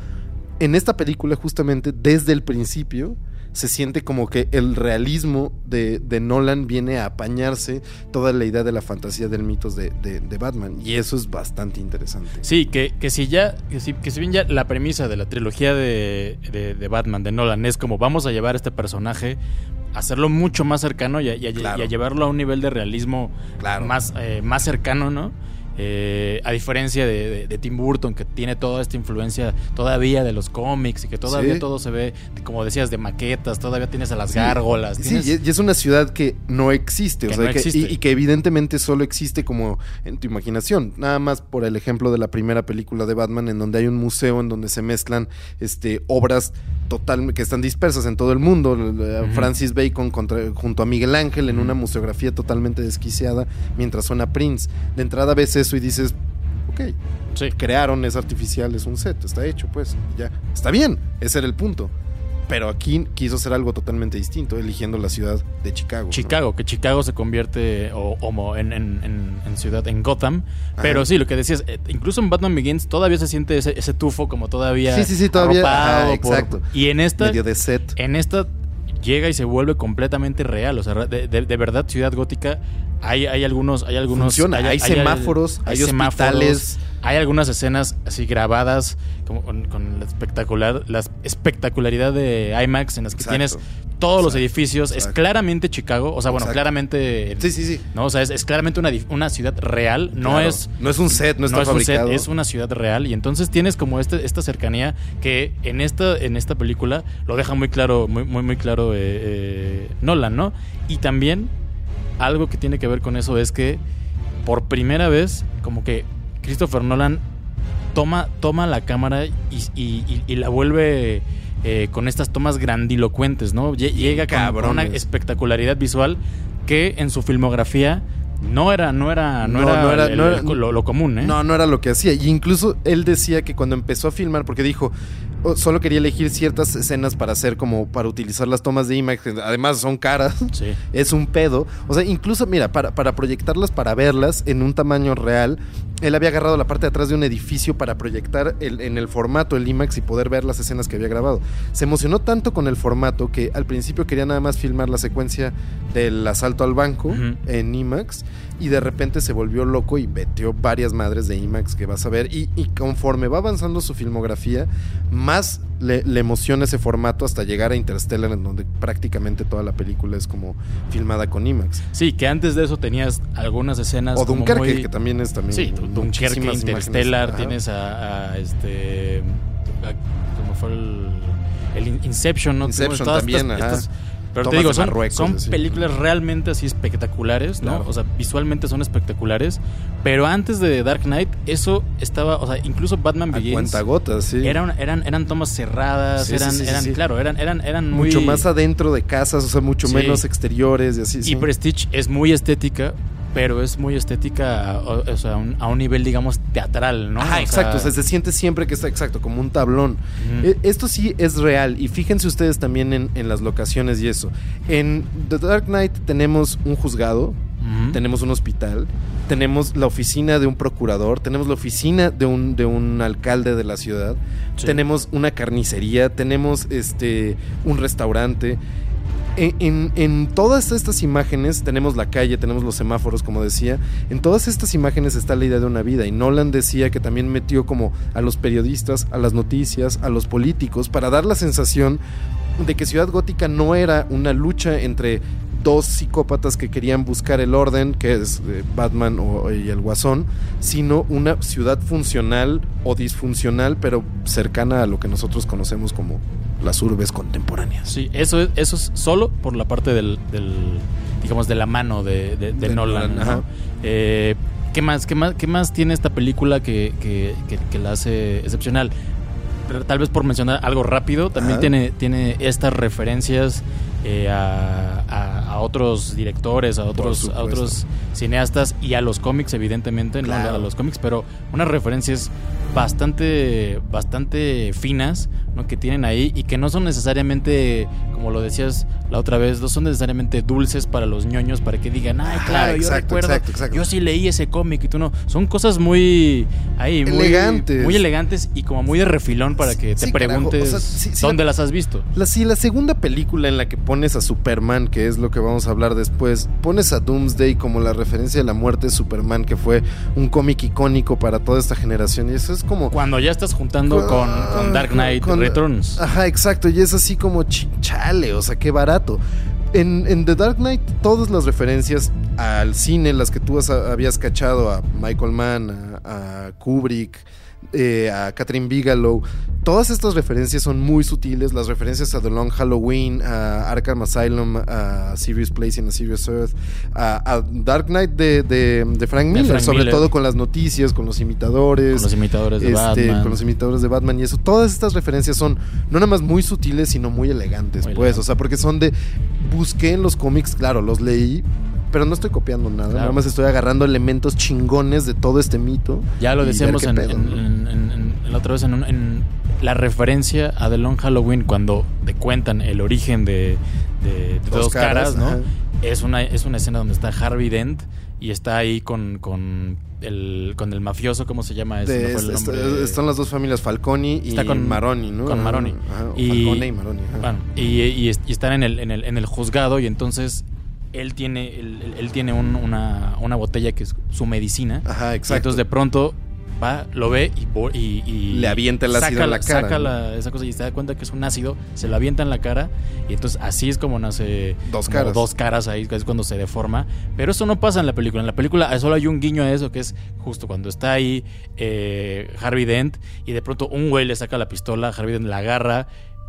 en esta película, justamente desde el principio. Se siente como que el realismo de, de Nolan viene a apañarse toda la idea de la fantasía del mitos de, de- de Batman. Y eso es bastante interesante. Sí, que, que si ya, que si, que si bien ya la premisa de la trilogía de, de- de Batman, de Nolan, es como vamos a llevar a este personaje, a hacerlo mucho más cercano y a, y a- Claro. y a llevarlo a un nivel de realismo Claro. más, eh, más cercano, ¿no? Eh, a diferencia de, de- de Tim Burton, que tiene toda esta influencia todavía de los cómics y que todavía Sí. todo se ve, como decías, de maquetas, todavía tienes a las Sí. gárgolas. Sí, tienes- y es- y es una ciudad que no existe, o Que sea, no que- y- existe. Y, que evidentemente solo existe como en tu imaginación. Nada más por el ejemplo de la primera película de Batman, en donde hay un museo en donde se mezclan este, obras total, que están dispersas en todo el mundo. La- la- Ujú. Francis Bacon contra- junto a Miguel Ángel en una museografía totalmente desquiciada mientras suena Prince. De entrada ves eso y dices, ok, sí. crearon es artificial, es un set, está hecho, pues, y ya. Está bien, ese era el punto. Pero aquí quiso hacer algo totalmente distinto, eligiendo la ciudad de Chicago. ¿no? Chicago, que Chicago se convierte o, homo en, en- en- en ciudad, en Gotham. Ajá. Pero sí, lo que decías, eh, incluso en Batman Begins todavía se siente ese, ese tufo como todavía. Sí, sí, sí, todavía, arropado ajá, por- exacto. y en esta, Medio de set. en esta llega y se vuelve completamente real. O sea, de, de- de verdad, ciudad gótica. Hay, hay algunos, hay algunos. Funciona, hay semáforos, hay hospitales. Hay algunas escenas así grabadas como con, con la espectacular, la espectacularidad de IMAX en las que Exacto. tienes todos los Exacto, edificios. Es exacto. claramente Chicago, o sea, bueno, Exacto. claramente Sí, sí, sí. no, o sea, es, es claramente una, dif- una ciudad real, no Claro. es... No es un set, no está es un set, fabricado. es una ciudad real y entonces tienes como este, esta cercanía que en esta, en esta película lo deja muy claro, muy, muy, muy claro eh, eh, Nolan, ¿no? Y también algo que tiene que ver con eso es que por primera vez como que Christopher Nolan toma, toma la cámara y, y- y- y la vuelve eh, con estas tomas grandilocuentes, ¿no? Lle- Llega con- con, una cabrones. espectacularidad visual que en su filmografía no era, no era, no, No, era, no era- el- no era- el- lo, lo común, ¿eh? No, no era lo que hacía. Y incluso él decía que cuando empezó a filmar, porque dijo, "Oh, solo quería elegir ciertas escenas para hacer como, para utilizar las tomas de IMAX, que además son caras. Sí. es un pedo. O sea, incluso, mira, para, para proyectarlas, para verlas en un tamaño real, él había agarrado la parte de atrás de un edificio para proyectar el- en el formato el IMAX y poder ver las escenas que había grabado. Se emocionó tanto con el formato que al principio quería nada más filmar la secuencia del asalto al banco Ujú. en IMAX y de repente se volvió loco y metió varias madres de IMAX que vas a ver. Y, y conforme va avanzando su filmografía, más le, le emociona ese formato hasta llegar a Interstellar, en donde prácticamente toda la película es como filmada con IMAX. Sí, que antes de eso tenías algunas escenas O como Dunkerque, muy- que también es también. Sí, muchísimas Dunkerque, imágenes. Interstellar, Ajá. tienes a, a, este. a- como fue el. el In- Inception, ¿no? Inception Bueno, todas también, ajá. pero te Tomas digo, de son, Marruecos, son así. películas realmente así espectaculares, ¿no? Claro. O sea, visualmente son espectaculares. Pero antes de Dark Knight, eso estaba. O sea, incluso Batman A Begins. cuentagotas, sí. Era una- eran, eran tomas cerradas, Sí, sí, eran, sí, sí, eran sí. claro, eran, eran, eran muy- mucho más adentro de casas, o sea, mucho Sí. menos exteriores y así. sí. Y Prestige es muy estética, pero es muy estética o, o sea, a un, a un nivel, digamos, teatral, ¿no? Ajá, O sea, exacto. O sea, se siente siempre que está exacto, como un tablón. Ujú. E- Esto sí es real. Y fíjense ustedes también en, en las locaciones y eso. En The Dark Knight tenemos un juzgado, ujú. tenemos un hospital, tenemos la oficina de un procurador, tenemos la oficina de un, de un alcalde de la ciudad, Sí. tenemos una carnicería, tenemos este, un restaurante. En, en- en todas estas imágenes tenemos la calle, tenemos los semáforos, como decía. En todas estas imágenes está la idea de una vida. Y Nolan decía que también metió como a los periodistas, a las noticias, a los políticos, para dar la sensación de que Ciudad Gótica no era una lucha entre dos psicópatas que querían buscar el orden, que es eh, Batman o, y el Guasón, sino una ciudad funcional o disfuncional, pero cercana a lo que nosotros conocemos como las urbes contemporáneas. Sí, eso es, eso es solo por la parte del, del digamos, de la mano de, de, de, de Nolan. Nolan ¿no? eh, ¿qué, más, qué, más, ¿Qué más tiene esta película que, que, que, que la hace excepcional? Pero tal vez por mencionar algo rápido, también Ajá. tiene, tiene estas referencias eh, a, a, a, otros directores, a otros, a otros cineastas y a los cómics, evidentemente, claro. no a los cómics, pero unas referencias bastante, bastante finas ¿no? que tienen ahí y que no son necesariamente, como lo decías la otra vez, no son necesariamente dulces para los ñoños para que digan, ay, claro, ah, exacto, yo recuerdo, exacto, exacto. yo sí leí ese cómic y tú no. Son cosas muy, ahí, muy elegantes. Muy elegantes y como muy de refilón para que sí, te preguntes o sea, sí, sí, dónde la, las has visto. La, si la segunda película en la que pones a Superman, que es lo que vamos a hablar después, pones a Doomsday como la referencia de la muerte de Superman, que fue un cómic icónico para toda esta generación. Y eso es como. Cuando ya estás juntando uh, con, con, Dark Knight con, Ah, Returns. Ajá, exacto. Y es así como chale, o sea, qué barato. En, en, The Dark Knight, todas las referencias al cine, las que tú has, habías cachado a Michael Mann, a, a Kubrick, eh, a Catherine Bigelow. Todas estas referencias son muy sutiles. Las referencias a The Long Halloween, a Arkham Asylum, a Serious Place in a Serious Earth, a, a Dark Knight de, de, de Frank Miller, de Frank sobre Miller. todo con las noticias, con los imitadores. Con los imitadores de este, Batman. Con los imitadores de Batman y eso. Todas estas referencias son no nada más muy sutiles, sino muy elegantes, muy pues. Elegante. O sea, porque son de. Busqué en los cómics, claro, los leí, pero no estoy copiando nada, claro. nada más estoy agarrando elementos chingones de todo este mito. Ya lo decíamos en, pedo, en, ¿no? en, en, la otra vez un, en, la referencia a The Long Halloween cuando te cuentan el origen de, de, de dos, dos, caras, caras ¿no? Ajá. Es una, es una escena donde está Harvey Dent y está ahí con, con el, con el mafioso, ¿cómo se llama? Ese? De, ¿No fue el este, está, de... Están las dos familias, Falconi y está con, Maroni, ¿no? Con Maroni. Ajá, y, Falcone y Maroni. Ajá. Bueno, y, y, y, están en el, en, el, en el juzgado y entonces él tiene, él, él tiene un, una, una, botella que es su medicina. Ajá, exacto. Y entonces de pronto va, lo ve y, y, y le avienta el ácido saca, en la cara. Saca la, esa cosa y se da cuenta que es un ácido, se lo avienta en la cara y entonces así es como nace dos caras. Dos caras ahí, es cuando se deforma. Pero eso no pasa en la película. En la película solo hay un guiño a eso que es justo cuando está ahí eh, Harvey Dent y de pronto un güey le saca la pistola, Harvey Dent la agarra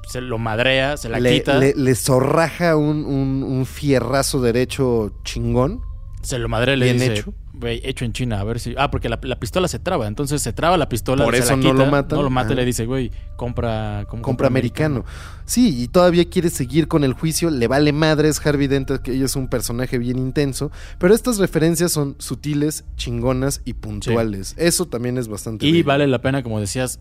se lo madrea, se la le, quita. Le, le zorraja un, un, un, fierrazo derecho chingón. Se lo madrea, le bien dice, hecho. Wey, hecho en China, a ver si... Ah, porque la, la, pistola se traba, entonces se traba la pistola. Por se eso la quita, no lo mata. No lo mata y le dice, güey, compra... Com, compra, compra americano. americano. Sí, y todavía quiere seguir con el juicio, le vale madres Harvey Dent, que ella es un personaje bien intenso, pero estas referencias son sutiles, chingonas y puntuales. Sí. Eso también es bastante... Y bello. vale la pena, como decías,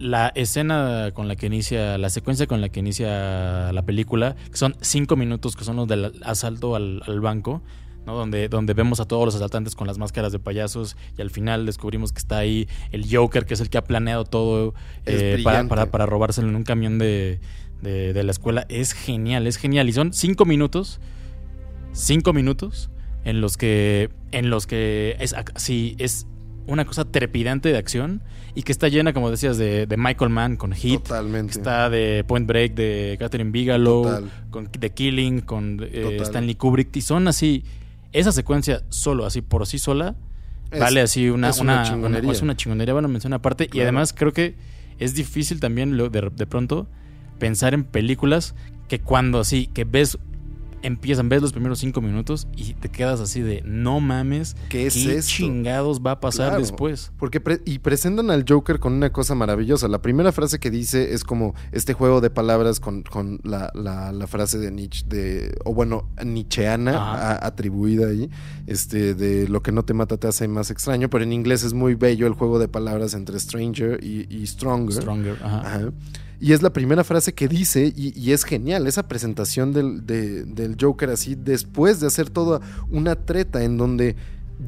la escena con la que inicia, la secuencia con la que inicia la película, que son cinco minutos, que son los del asalto al, al banco, ¿no? Donde, donde vemos a todos los asaltantes con las máscaras de payasos y al final descubrimos que está ahí el Joker, que es el que ha planeado todo eh, para, para, para, robárselo en un camión de, de, de la escuela. Es genial, es genial. Y son cinco minutos, cinco minutos en los que, en los que es, sí, es una cosa trepidante de acción y que está llena, como decías, de, de Michael Mann con Hit. Totalmente. Está de Point Break de Catherine Bigelow, Total. con The Killing, con eh, Stanley Kubrick. Y son así, esa secuencia solo, así por sí sola, es, vale así una, es una, una chingonería. Una, es una chingonería, bueno, menciona aparte. Claro. Y además creo que es difícil también lo, de, de pronto pensar en películas que cuando así, que ves empiezan, ves los primeros cinco minutos y te quedas así de no mames, ¿qué, es qué esto? chingados va a pasar claro, después? Porque pre y presentan al Joker con una cosa maravillosa. La primera frase que dice es como este juego de palabras con, con la, la, la, frase de Nietzsche, de, o bueno, Nietzscheana a, atribuida ahí, este, de lo que no te mata te hace más extraño, pero en inglés es muy bello el juego de palabras entre Stranger y, y Stronger. Ah, Stronger, ajá. ajá. Y es la primera frase que dice, y, y es genial, esa presentación del, de, del, Joker así, después de hacer toda una treta en donde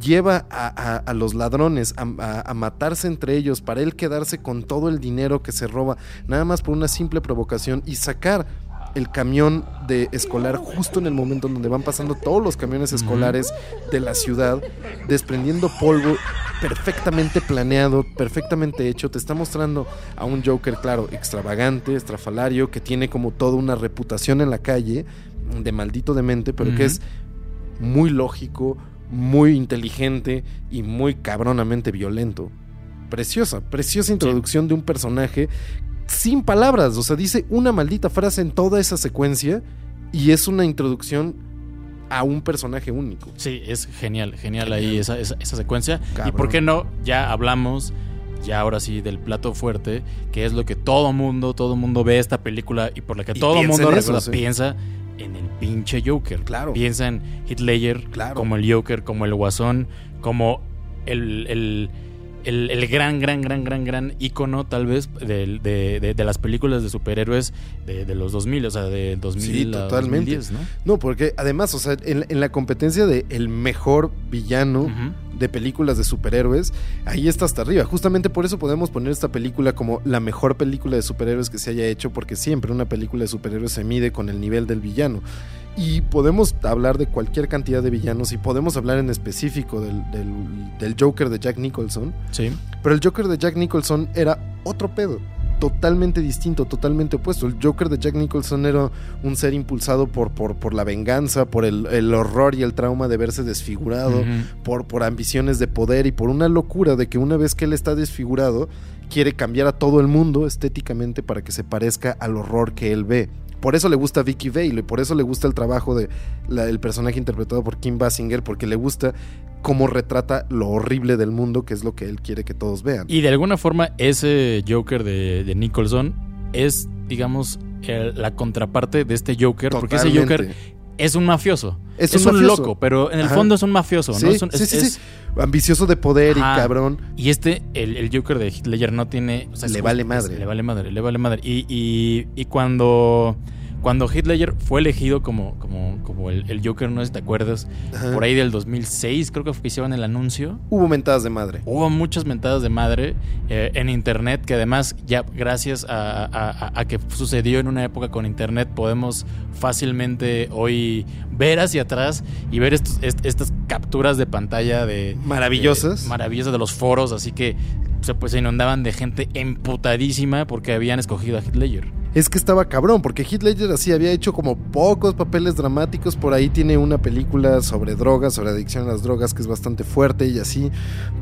lleva a, a, a los ladrones a, a, matarse entre ellos para él quedarse con todo el dinero que se roba, nada más por una simple provocación y sacar el camión de escolar justo en el momento en donde van pasando todos los camiones escolares de la ciudad, desprendiendo polvo perfectamente planeado, perfectamente hecho. Te está mostrando a un Joker, claro, extravagante, estrafalario, que tiene como toda una reputación en la calle, de maldito demente, pero Ujú. que es muy lógico, muy inteligente y muy cabronamente violento. Preciosa, preciosa introducción de un personaje sin palabras, o sea, dice una maldita frase en toda esa secuencia y es una introducción a un personaje único. Sí, es genial, genial ahí esa, esa- esa secuencia. Y Cabrón. por qué no, ya hablamos, ya ahora sí, del plato fuerte, que es lo que todo mundo, todo mundo ve esta película y por la que Y todo piensa mundo en recuerda, eso, sí. piensa en el pinche Joker. Claro. Piensa en Hitler Claro. como el Joker, como el Guasón, como el... el- el- el gran, gran, gran, gran, gran ícono tal vez del- de, de- de las películas de superhéroes de, de los 2000, o sea, de 2000 Sí, a totalmente. 2010, ¿no? No, porque además, o sea, en, en la competencia de el mejor villano Ujú. de películas de superhéroes, ahí está hasta arriba. Justamente por eso podemos poner esta película como la mejor película de superhéroes que se haya hecho, porque siempre una película de superhéroes se mide con el nivel del villano. Y podemos hablar de cualquier cantidad de villanos y podemos hablar en específico del, del- del Joker de Jack Nicholson, Sí. pero el Joker de Jack Nicholson era otro pedo. Totalmente distinto, totalmente opuesto. El Joker de Jack Nicholson era un ser impulsado por, por, por la venganza, por el, el horror y el trauma de verse desfigurado, Ujú. por, por ambiciones de poder y por una locura de que una vez que él está desfigurado, quiere cambiar a todo el mundo estéticamente para que se parezca al horror que él ve. Por eso le gusta Vicky Vale y por eso le gusta el trabajo del personaje interpretado por Kim Basinger, porque le gusta cómo retrata lo horrible del mundo, que es lo que él quiere que todos vean. Y de alguna forma ese Joker de, de Nicholson es, digamos, el- la contraparte de este Joker, porque ese Joker Totalmente. es un mafioso. Es, Es un, un mafioso. loco, pero en el Ajá. fondo es un mafioso, ¿no? Sí, Es un- sí, es- sí, es- sí. ambicioso de poder Ajá. y cabrón. Y este, el, el Joker de Hitler no tiene... o sea, es Le como- vale es- madre. Le vale madre, le vale madre. Y, y- y cuando... Cuando Hitler fue elegido como, como, como el, el Joker, no sé si te acuerdas, Ajá. por ahí del 2006 creo que hicieron el anuncio. Hubo mentadas de madre. Hubo muchas mentadas de madre eh, en internet que además ya gracias a, a- a- a que sucedió en una época con internet podemos fácilmente hoy ver hacia atrás y ver estos- est- estas capturas de pantalla de... Maravillosas. de- maravillosas de los foros, así que se, pues, se inundaban de gente emputadísima porque habían escogido a Hitler. es que estaba cabrón, porque Heath Ledger así había hecho como pocos papeles dramáticos, por ahí tiene una película sobre drogas, sobre adicción a las drogas que es bastante fuerte y así,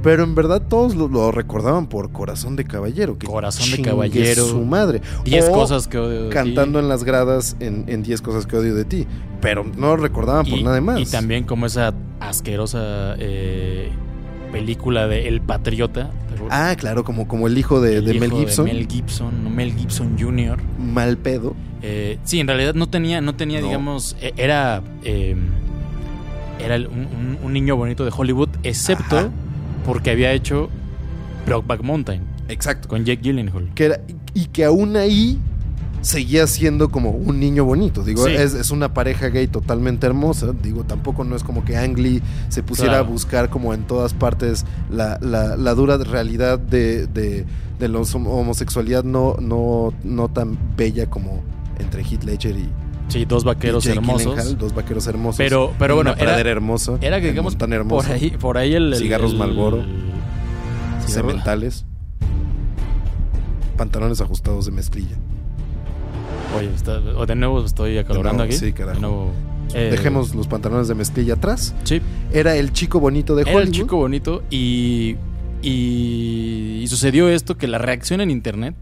pero en verdad todos lo, lo recordaban por Corazón de Caballero, que Corazón de chingue Caballero. su madre, Diez O cosas que odio de ti. cantando en las gradas en, en 10 cosas que odio de ti, pero no lo recordaban por y, nada más. y también como esa asquerosa eh, película de El Patriota. ¿te acuerdas? Ah, claro, como, como el hijo de, El de Mel hijo de Gibson, Mel Gibson, no, Mel Gibson Jr. mal pedo. Eh, sí, en realidad no tenía, no tenía, No. digamos, e- era, eh, era el- un, un- un niño bonito de Hollywood, excepto Ajá. porque había hecho Brokeback Mountain Exacto. con Jake Gyllenhaal. que era- y que aún ahí seguía siendo como un niño bonito. Digo, Sí. es, es una pareja gay totalmente hermosa. Digo, tampoco no es como que Ang Lee se pusiera Claro. a buscar como en todas partes la, la- la dura realidad de, de, de la homo- homosexualidad no, no, no tan bella como entre Heath Ledger y Sí, dos vaqueros y Jake hermosos. Gyllenhaal, dos vaqueros hermosos. Pero, pero bueno, una era, pradera hermosa, era que un digamos montón por hermoso, ahí, por ahí el, el- Cigarros el- Marlboro. Sí, cementales, pantalones ajustados de mezclilla. Oye, está- o de nuevo estoy acalorando De nuevo, aquí. sí, carajo. De nuevo, eh, Dejemos los pantalones de mezclilla atrás. Sí. Era el chico bonito de Era Hollywood. el chico bonito y, y, y sucedió esto que la reacción en internet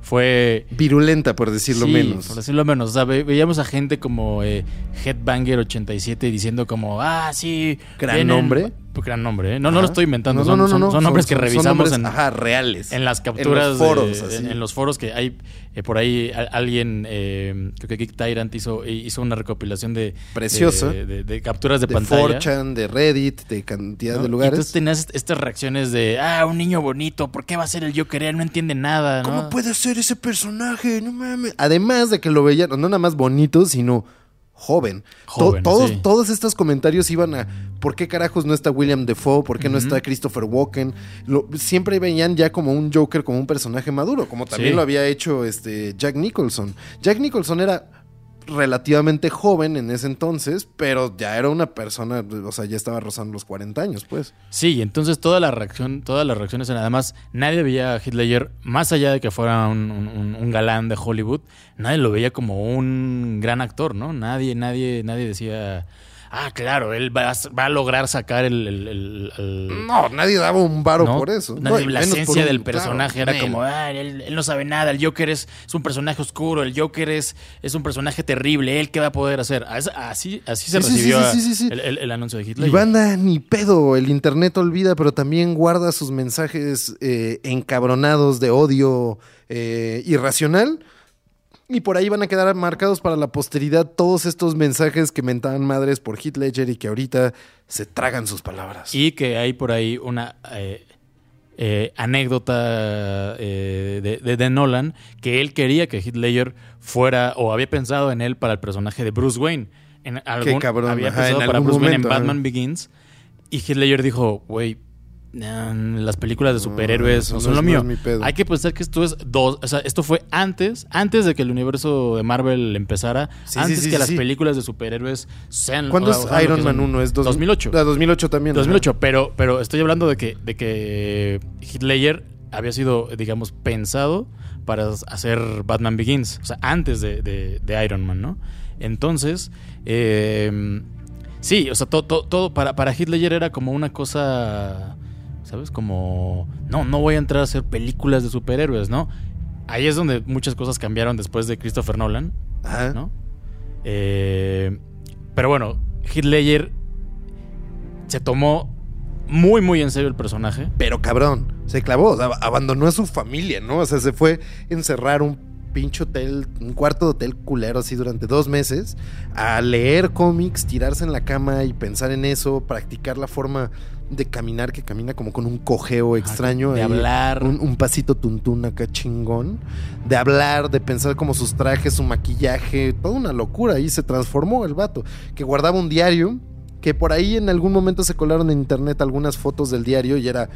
fue... Virulenta, por decirlo sí, menos. Por decirlo menos. O sea, ve- veíamos a gente como eh, Headbanger87 diciendo como, ah, sí. Gran nombre. Pues, Gran nombre, ¿eh? No, no lo Ajá. estoy inventando. son, son- son nombres que revisamos nombres, en, Ajá, reales. en las capturas. los foros, de- así. en, en los foros que hay eh, por ahí a- alguien, eh, creo que Geek Tyrant hizo, hizo una recopilación de... Preciosa. De, de- de capturas de, de pantalla. 4chan, de Reddit, de cantidad ¿no? de Y lugares. entonces tenías est- estas reacciones de, ah, un niño bonito, ¿por qué va a ser el yo querer? No entiende nada, ¿no? ¿Cómo puede ser ese personaje? No mames. Además de que lo veían, no nada más bonito, sino joven. To- Joven, todos, sí. todos estos comentarios iban a ¿por qué carajos no está William Defoe? ¿Por qué no Ujú. está Christopher Walken? Lo- siempre veían ya como un Joker, como un personaje maduro, como también Sí. lo había hecho este Jack Nicholson. Jack Nicholson era relativamente joven en ese entonces, pero ya era una persona, o sea, ya estaba rozando los 40 años, pues. Sí, entonces toda la reacción, todas las reacciones, además, nadie veía a Heath Ledger, más allá de que fuera un, un- un galán de Hollywood, nadie lo veía como un gran actor, ¿no? Nadie, nadie, nadie decía, ah, claro, él va a, va a lograr sacar el... el- el- el- No, nadie daba un varo ¿no? por eso. Nadie- No, y la menos por esencia un- del claro, personaje era nel. como, "Ah, él, él no sabe nada, el Joker es, es un personaje oscuro, el Joker es, es un personaje terrible, él qué va a poder hacer. As- Así, así se Sí, sí, recibió sí, a- sí, sí, sí. El, el- el anuncio de Hitler. Y banda, ni pedo, el internet olvida, pero también guarda sus mensajes eh, encabronados de odio eh, irracional. Y por ahí van a quedar marcados para la posteridad todos estos mensajes que mentaban madres por Heath Ledger y que ahorita se tragan sus palabras. Y que hay por ahí una eh, eh, anécdota eh, de, de- de Nolan que él quería que Heath Ledger fuera o había pensado en él para el personaje de Bruce Wayne. En algún, cabrón, había ajá, pensado en para algún Bruce Wayne en momento, ajá. Batman Begins y Heath Ledger dijo, güey, mm, las películas de superhéroes eso no no son es- lo no mío. es mi pedo. Hay que pensar que esto es dos, o sea, esto fue antes, antes de que el universo de Marvel empezara, Sí, sí, antes sí, que sí, las sí. películas de superhéroes sean ¿Cuándo o sea, es o sea, lo que Iron Man son. 1? Es dos- 2008. Ah, 2008 también. ¿no? 2008, pero, pero estoy hablando de que, de que Hitler había sido, digamos, pensado para hacer Batman Begins, o sea, antes de, de- de Iron Man, ¿no? Entonces, eh, sí, o sea, todo, todo, para, para Hitler era como una cosa, ¿sabes? Como, no, no voy a entrar a hacer películas de superhéroes, ¿no? Ahí es donde muchas cosas cambiaron después de Christopher Nolan, Ajá. ¿no? Eh, pero bueno, Heath Ledger se tomó muy, muy en serio el personaje. Pero cabrón, se clavó, o sea, abandonó a su familia, ¿no? O sea, se fue a encerrar un pinche hotel, un cuarto de hotel culero así durante dos meses, a leer cómics, tirarse en la cama y pensar en eso, practicar la forma de caminar, que camina como con un cojeo extraño. de ahí, hablar. Un, un pasito tuntún acá chingón. De hablar, de pensar como sus trajes, su maquillaje, toda una locura. Y se transformó el vato, que guardaba un diario, que por ahí en algún momento se colaron en internet algunas fotos del diario y era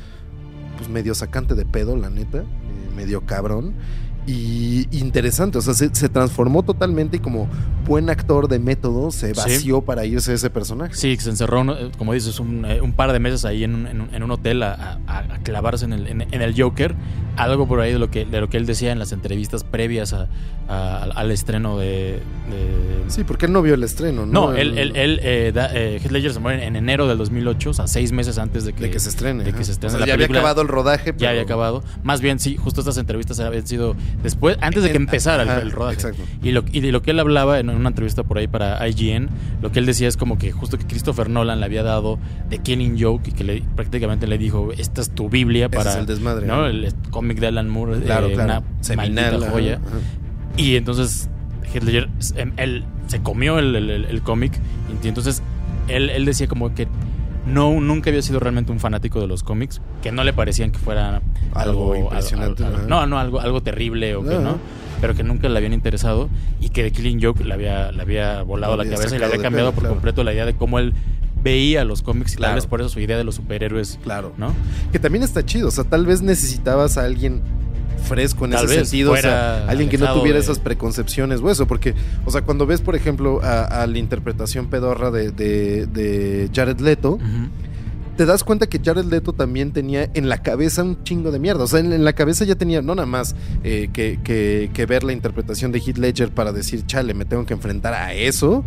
pues medio sacante de pedo, la neta, eh, medio cabrón. Y interesante, o sea, se, se transformó totalmente y como buen actor de método se Sí. vació para irse ese personaje. Sí, se encerró, ¿no? Eh, como dices, un, eh, un par de meses ahí en un, en un- en un hotel a, a- a- a clavarse en el, en- en el Joker. Algo por ahí de lo que, de lo que él decía en las entrevistas previas a- a- al, al estreno de... de- Sí, porque él no vio el estreno, ¿no? No, él, él, él, eh, da- eh, Heath Ledger se muere en enero del 2008, o sea, seis meses antes de que, de que se estrene. de que ajá. se estrene O sea, la ya había película. acabado el rodaje. ya pero- había acabado. Más bien, sí, justo estas entrevistas habían sido después, antes de que En- empezara el, ajá, el rodaje. Exacto. Y lo, y de lo que él hablaba en una entrevista por ahí para IGN, lo que él decía es como que justo que Christopher Nolan le había dado The Killing Joke y que le, prácticamente le dijo, esta es tu Biblia Ese para... es el desmadre. ¿no? El cómic de Alan Moore, Claro, eh, claro. una Seminal. maldita ajá, joya. ajá. Y entonces Hitler, él se comió el, el- el- el cómic. Y entonces él, él decía como que no, nunca había sido realmente un fanático de los cómics, que no le parecían que fuera algo, Algo impresionante, Ah. algo- algo- ajá. no, no, algo, algo terrible o que Ajá. no. Pero que nunca le habían interesado y que The Killing Joke le había, le había volado Le la había cabeza y le sacado había de cambiado pedo, por claro. completo la idea de cómo él veía los cómics y tal Claro. vez por eso su idea de los superhéroes, Claro. ¿no? Que también está chido. O sea, tal vez necesitabas a alguien fresco en Tal ese vez sentido. O sea, fuera alguien que no alejado tuviera de- esas preconcepciones o eso. Porque, o sea, cuando ves, por ejemplo, a, a la interpretación pedorra de, de- de Jared Leto, Ujú. te das cuenta que Jared Leto también tenía en la cabeza un chingo de mierda. O sea, en, en la cabeza ya tenía no nada más eh, que, que- que ver la interpretación de Heath Ledger para decir, chale, me tengo que enfrentar a eso,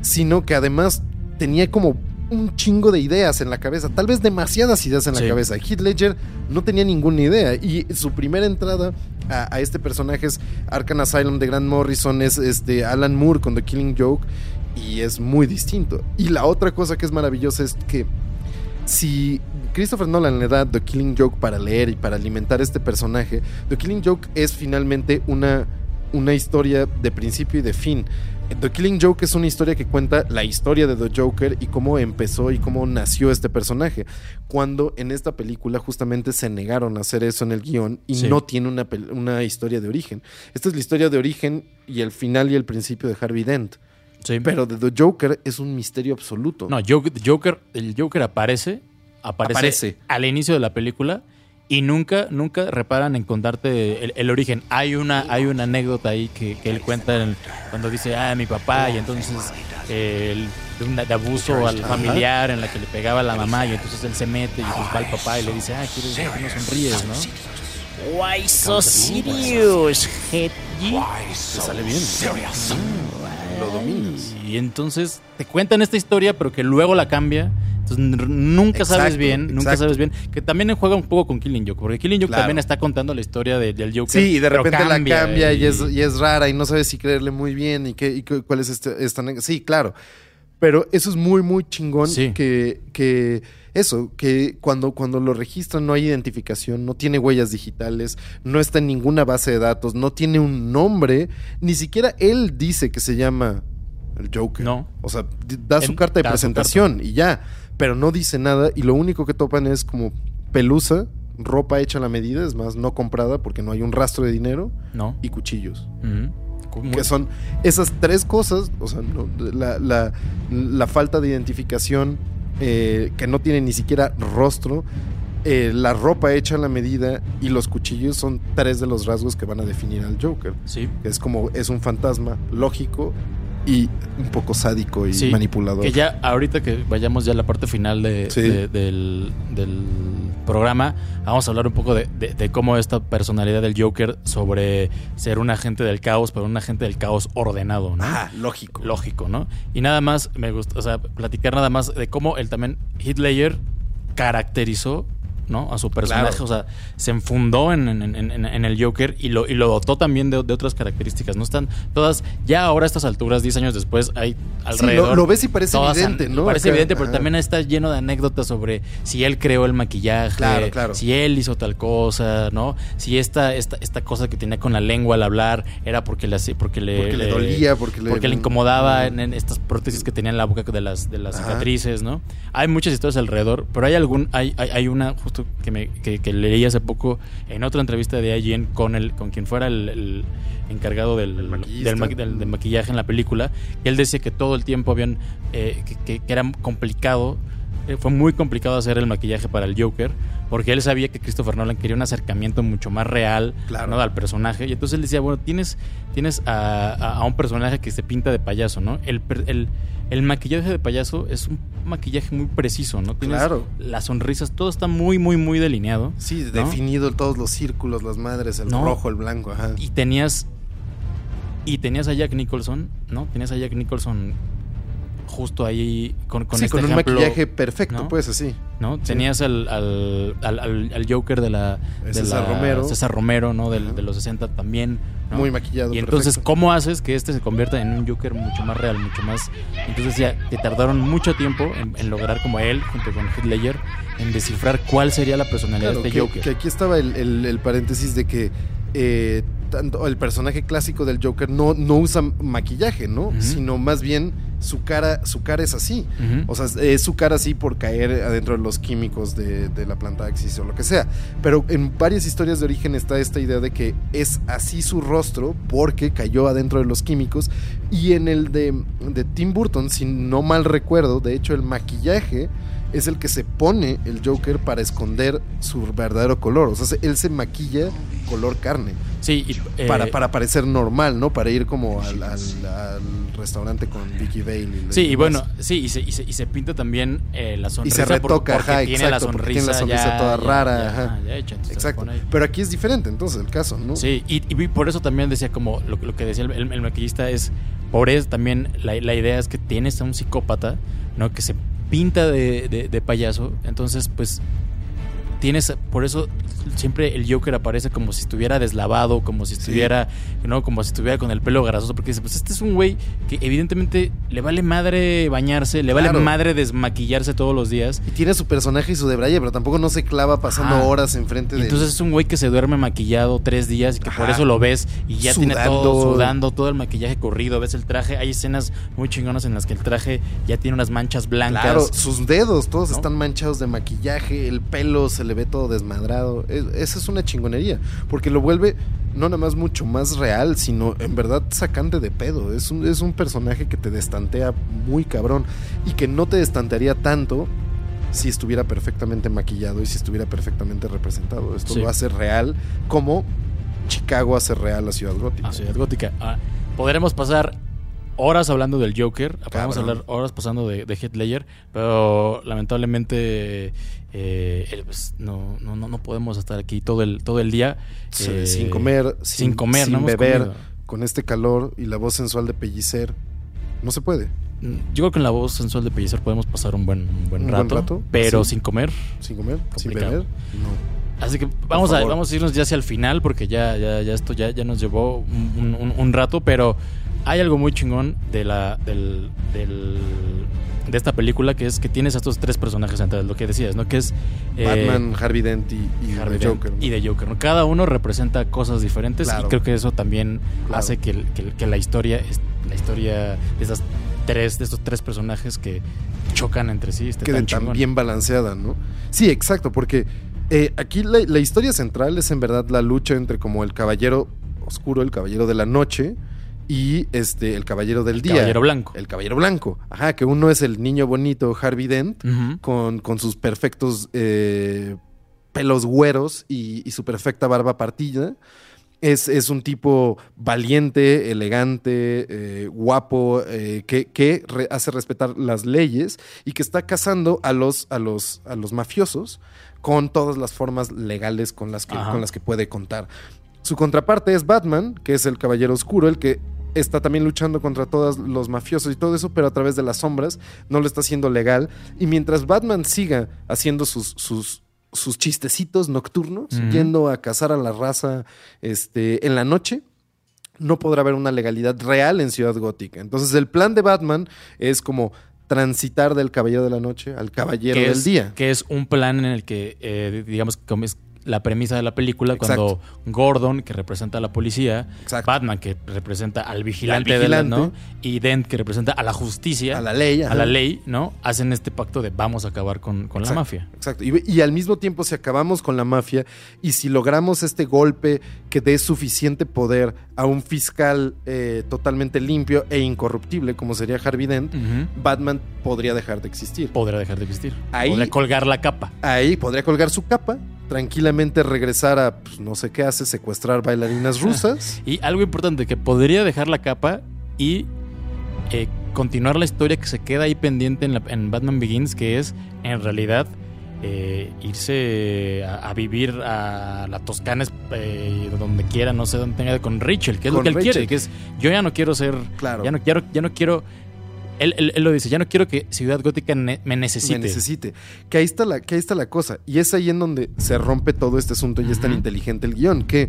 sino que además tenía como un chingo de ideas en la cabeza, tal vez demasiadas ideas en la Sí. cabeza. Heath Ledger no tenía ninguna idea y su primera entrada a, a este personaje es Arkham Asylum de Grant Morrison, es este Alan Moore con The Killing Joke y es muy distinto. Y la otra cosa que es maravillosa es que si Christopher Nolan le da The Killing Joke para leer y para alimentar este personaje, The Killing Joke es finalmente una, una historia de principio y de fin. The Killing Joke es una historia que cuenta la historia de The Joker y cómo empezó y cómo nació este personaje. Cuando en esta película justamente se negaron a hacer eso en el guión y Sí. no tiene una, pel- una historia de origen. Esta es la historia de origen y el final y el principio de Harvey Dent. Sí. Pero de The Joker es un misterio absoluto. No, Joker, Joker- el Joker aparece, aparece, Aparece. al inicio de la película y nunca, nunca reparan en contarte el, el origen. Hay una, hay una anécdota ahí que, que él cuenta en- cuando dice, ah, mi papá, y entonces eh, el- de, un- de abuso al familiar en la que le pegaba a la mamá, y entonces él se mete y pues va el papá y le dice, ah, quieres decir que no sonríes, ¿no? Why so serious, head G? Te sale bien. Mm. Lo dominas. Y entonces te cuentan esta historia, pero que luego la cambia. Entonces n- nunca sabes Exacto, bien, nunca exacto. sabes bien. Que también juega un poco con Killing Joke, porque Killing Joke Claro. también está contando la historia de- del Joker. Sí, y de pero repente la cambia y, es, y es rara y no sabes si creerle muy bien y, qué, y cu- cuál es este- esta... ne- Sí, claro. Pero eso es muy, muy chingón Sí. que, que eso, que cuando, cuando lo registran no hay identificación, no tiene huellas digitales, no está en ninguna base de datos, no tiene un nombre, ni siquiera él dice que se llama el Joker. No. O sea, d- da su En- carta de da su presentación y ya, pero no dice nada y lo único que topan es como pelusa, ropa hecha a la medida, es más, no comprada porque no hay un rastro de dinero No. Mm. y cuchillos. Ujú. Muy- Que son esas tres cosas, o sea, no, la, la- la falta de identificación eh, que no tiene ni siquiera rostro, eh, la ropa hecha a la medida y los cuchillos son tres de los rasgos que van a definir al Joker. Sí. Que es como, es un fantasma lógico y un poco sádico y Sí, manipulador. Que ya ahorita que vayamos ya a la parte final de- Sí. de- del, del programa, vamos a hablar un poco de, de- de cómo esta personalidad del Joker sobre ser un agente del caos, pero un agente del caos ordenado, ¿no? Ajá, Ah, lógico. Lógico, ¿no? Y nada más, me gusta, o sea, platicar nada más de cómo él también, Hitler, caracterizó, ¿no? A su personaje, Claro. o sea, se enfundó en, en- en- en- en el Joker y lo, y lo dotó también de, de otras características, ¿no? Están todas, ya ahora a estas alturas, 10 años después, hay Sí, alrededor. lo, lo ves y parece todas evidente, an- ¿no? Parece Acá, evidente, pero ajá. también está lleno de anécdotas sobre si él creó el maquillaje, Claro, claro. si él hizo tal cosa, ¿no? Si esta, esta, esta cosa que tenía con la lengua al hablar era porque le, hacía- porque le, Porque le dolía, porque le- eh, porque le incomodaba en, en estas prótesis que tenía en la boca de las, de las Ajá. cicatrices, ¿no? Hay muchas historias alrededor, pero hay algún, hay, hay, hay una justo que, me, que, que leí hace poco en otra entrevista de IGN con el, con quien fuera el, el encargado del, El maquillista. del, maqui- del- del maquillaje en la película, y él decía que todo el tiempo habían, eh, que, que- que era complicado, eh, fue muy complicado hacer el maquillaje para el Joker, porque él sabía que Christopher Nolan quería un acercamiento mucho más real Claro. ¿no? al personaje. Y entonces él decía, bueno, tienes, tienes a, a- a un personaje que se pinta de payaso, ¿no? El, per- el, el maquillaje de payaso es un maquillaje muy preciso, ¿no? Tienes Claro. las sonrisas, todo está muy, muy, muy delineado. Sí, ¿no? definido todos los círculos, las madres, el No. rojo, el blanco, ajá. Y tenías. Y tenías a Jack Nicholson, ¿no? Tenías a Jack Nicholson justo ahí con, con sí, este con un ejemplo, maquillaje perfecto, ¿no? pues así. ¿no? Tenías al, al, al- al- al Joker de la. de César la- Romero. César Romero, ¿no? Del- Ajá. de los 60 también. ¿no? Muy maquillado. Y entonces, perfecto. ¿cómo haces que este se convierta en un Joker mucho más real, mucho más... Entonces ya te tardaron mucho tiempo en, en lograr como él, junto con Heath Ledger, en descifrar cuál sería la personalidad Claro, de que, este Joker. que aquí estaba el, el- el paréntesis de que eh, tanto el personaje clásico del Joker no, no usa maquillaje, ¿no? Ujú. Sino más bien su cara, su cara es así. Ujú. O sea, es su cara así por caer adentro de los químicos de, de la planta Axis o lo que sea. Pero en varias historias de origen está esta idea de que es así su rostro porque cayó adentro de los químicos. Y en el de, de Tim Burton, si no mal recuerdo, de hecho el maquillaje es el que se pone el Joker para esconder su verdadero color. O sea, se- él se maquilla color carne sí, y, eh, para, para parecer normal, ¿no? Para ir como al, al- al restaurante con Vicky Bale. y Sí, y demás. bueno, sí, y se, y se- y se pinta también eh, la sonrisa. por- retoca, porque ajá, tiene la exacto, sonrisa, porque tiene la sonrisa toda rara, ya- ajá. ya hecha, entonces Exacto. pone ahí. Pero aquí es diferente, entonces, el caso, ¿no? Sí, y, y por eso también decía como lo, lo que decía el, el- el maquillista es, por eso también la, la idea es que tienes a un psicópata, ¿no? Que se pinta de, de- de payaso, entonces pues tienes, por eso siempre el Joker aparece como si estuviera deslavado, como si estuviera, ¿no? Como si estuviera con el pelo grasoso, porque dice, pues este es un güey que evidentemente le vale madre bañarse, le vale Claro. madre desmaquillarse todos los días. Y tiene su personaje y su debraye, pero tampoco no se clava pasando Ajá. horas enfrente de. Entonces es un güey que se duerme maquillado tres días y que por Ajá. eso lo ves y ya tiene todo Sudando. sudando, todo el maquillaje corrido, ves el traje, hay escenas muy chingonas en las que el traje ya tiene unas manchas blancas. Claro, sus dedos todos ¿No? están manchados de maquillaje, el pelo se le ve todo desmadrado. Es- esa es una chingonería, porque lo vuelve no nada más mucho más real, sino en verdad sacante de pedo. Es un, es un personaje que te destantea muy cabrón y que no te destantearía tanto si estuviera perfectamente maquillado y si estuviera perfectamente representado. Esto Sí. lo hace real como Chicago hace real la ciudad gótica. a Ciudad Gótica. Ah, podremos pasar horas hablando del Joker, podemos Cabrón. hablar horas pasando de, de Heath Ledger, pero lamentablemente eh, el- pues, no, no, no, no podemos estar aquí todo el, todo el día. Sí, eh, sin comer, sin, sin comer, sin no hemos beber, comido. con este calor y la voz sensual de pellicer. No se puede, Yo creo que en la voz sensual de Pellicer podemos pasar un buen, un buen, Un buen rato, rato, pero sí. sin comer. sin comer, sin Complicado. beber, no. Así que vamos a, favor. vamos a irnos ya hacia el final porque ya, ya, ya esto ya, ya nos llevó un, un- un- un rato, pero hay algo muy chingón de la del, del- de esta película que es que tienes a estos tres personajes centrales, lo que decías, ¿no? Que es eh, Batman, Harvey Dent y, y Harvey The Dent Joker. ¿no? y de Joker. ¿no? Cada uno representa cosas diferentes Claro. y creo que eso también Claro. hace que, el- que el- que la historia es- la historia de esas tres de estos tres personajes que chocan entre sí esté quede tan tan chingón. bien balanceada, ¿no? Sí, exacto, porque eh, aquí la, la historia central es en verdad la lucha entre como el caballero oscuro, el caballero de la noche y este el caballero del día. Caballero Blanco. El caballero blanco. Ajá, que uno es el niño bonito Harvey Dent Ujú. con, con sus perfectos eh, pelos güeros y, y su perfecta barba partida. Es, es un tipo valiente, elegante, eh, guapo, eh, que, que re- hace respetar las leyes y que está cazando a los, a los, a los mafiosos con todas las formas legales con las, que, Ajá. con las que puede contar. Su contraparte es Batman, que es el Caballero Oscuro, el que está también luchando contra todos los mafiosos y todo eso, pero a través de las sombras, no lo está haciendo legal. Y mientras Batman siga haciendo sus, sus, sus chistecitos nocturnos, Ujú. yendo a cazar a la raza este, en la noche, no podrá haber una legalidad real en Ciudad Gótica. Entonces el plan de Batman es como transitar del Caballero de la Noche al Caballero que del es, Día. Que es un plan en el que, eh, digamos, que como es la premisa de la película, Exacto. cuando Gordon, que representa a la policía, Exacto. Batman, que representa al vigilante, Al vigilante. De la, ¿no? y Dent, que representa a la justicia, a la ley. a ajá. la ley, ¿no? Hacen este pacto de vamos a acabar con, con la Exacto. mafia. Exacto. Y, y al mismo tiempo, si acabamos con la mafia y si logramos este golpe que dé suficiente poder a un fiscal eh, totalmente limpio e incorruptible, como sería Harvey Dent, Batman podría dejar de existir. Podrá dejar de existir. Ahí- Podrá colgar la capa. Ahí podría colgar su capa, tranquilamente regresar a pues, no sé qué hace, secuestrar bailarinas rusas. Y algo importante, que podría dejar la capa y eh, continuar la historia que se queda ahí pendiente en, la- en Batman Begins, que es en realidad eh, irse a, a vivir a la Toscana, eh, donde quiera, no sé dónde tenga, con Rachel, que es lo Con que él Rachel. quiere, que es yo ya no quiero ser, Claro. ya no quiero, ya no quiero, él, él- él lo dice, ya no quiero que Ciudad Gótica ne- me necesite. Me necesite. Que ahí, está la, que ahí está la cosa. Y es ahí en donde se rompe todo este asunto y es tan Ujú. inteligente el guión. Que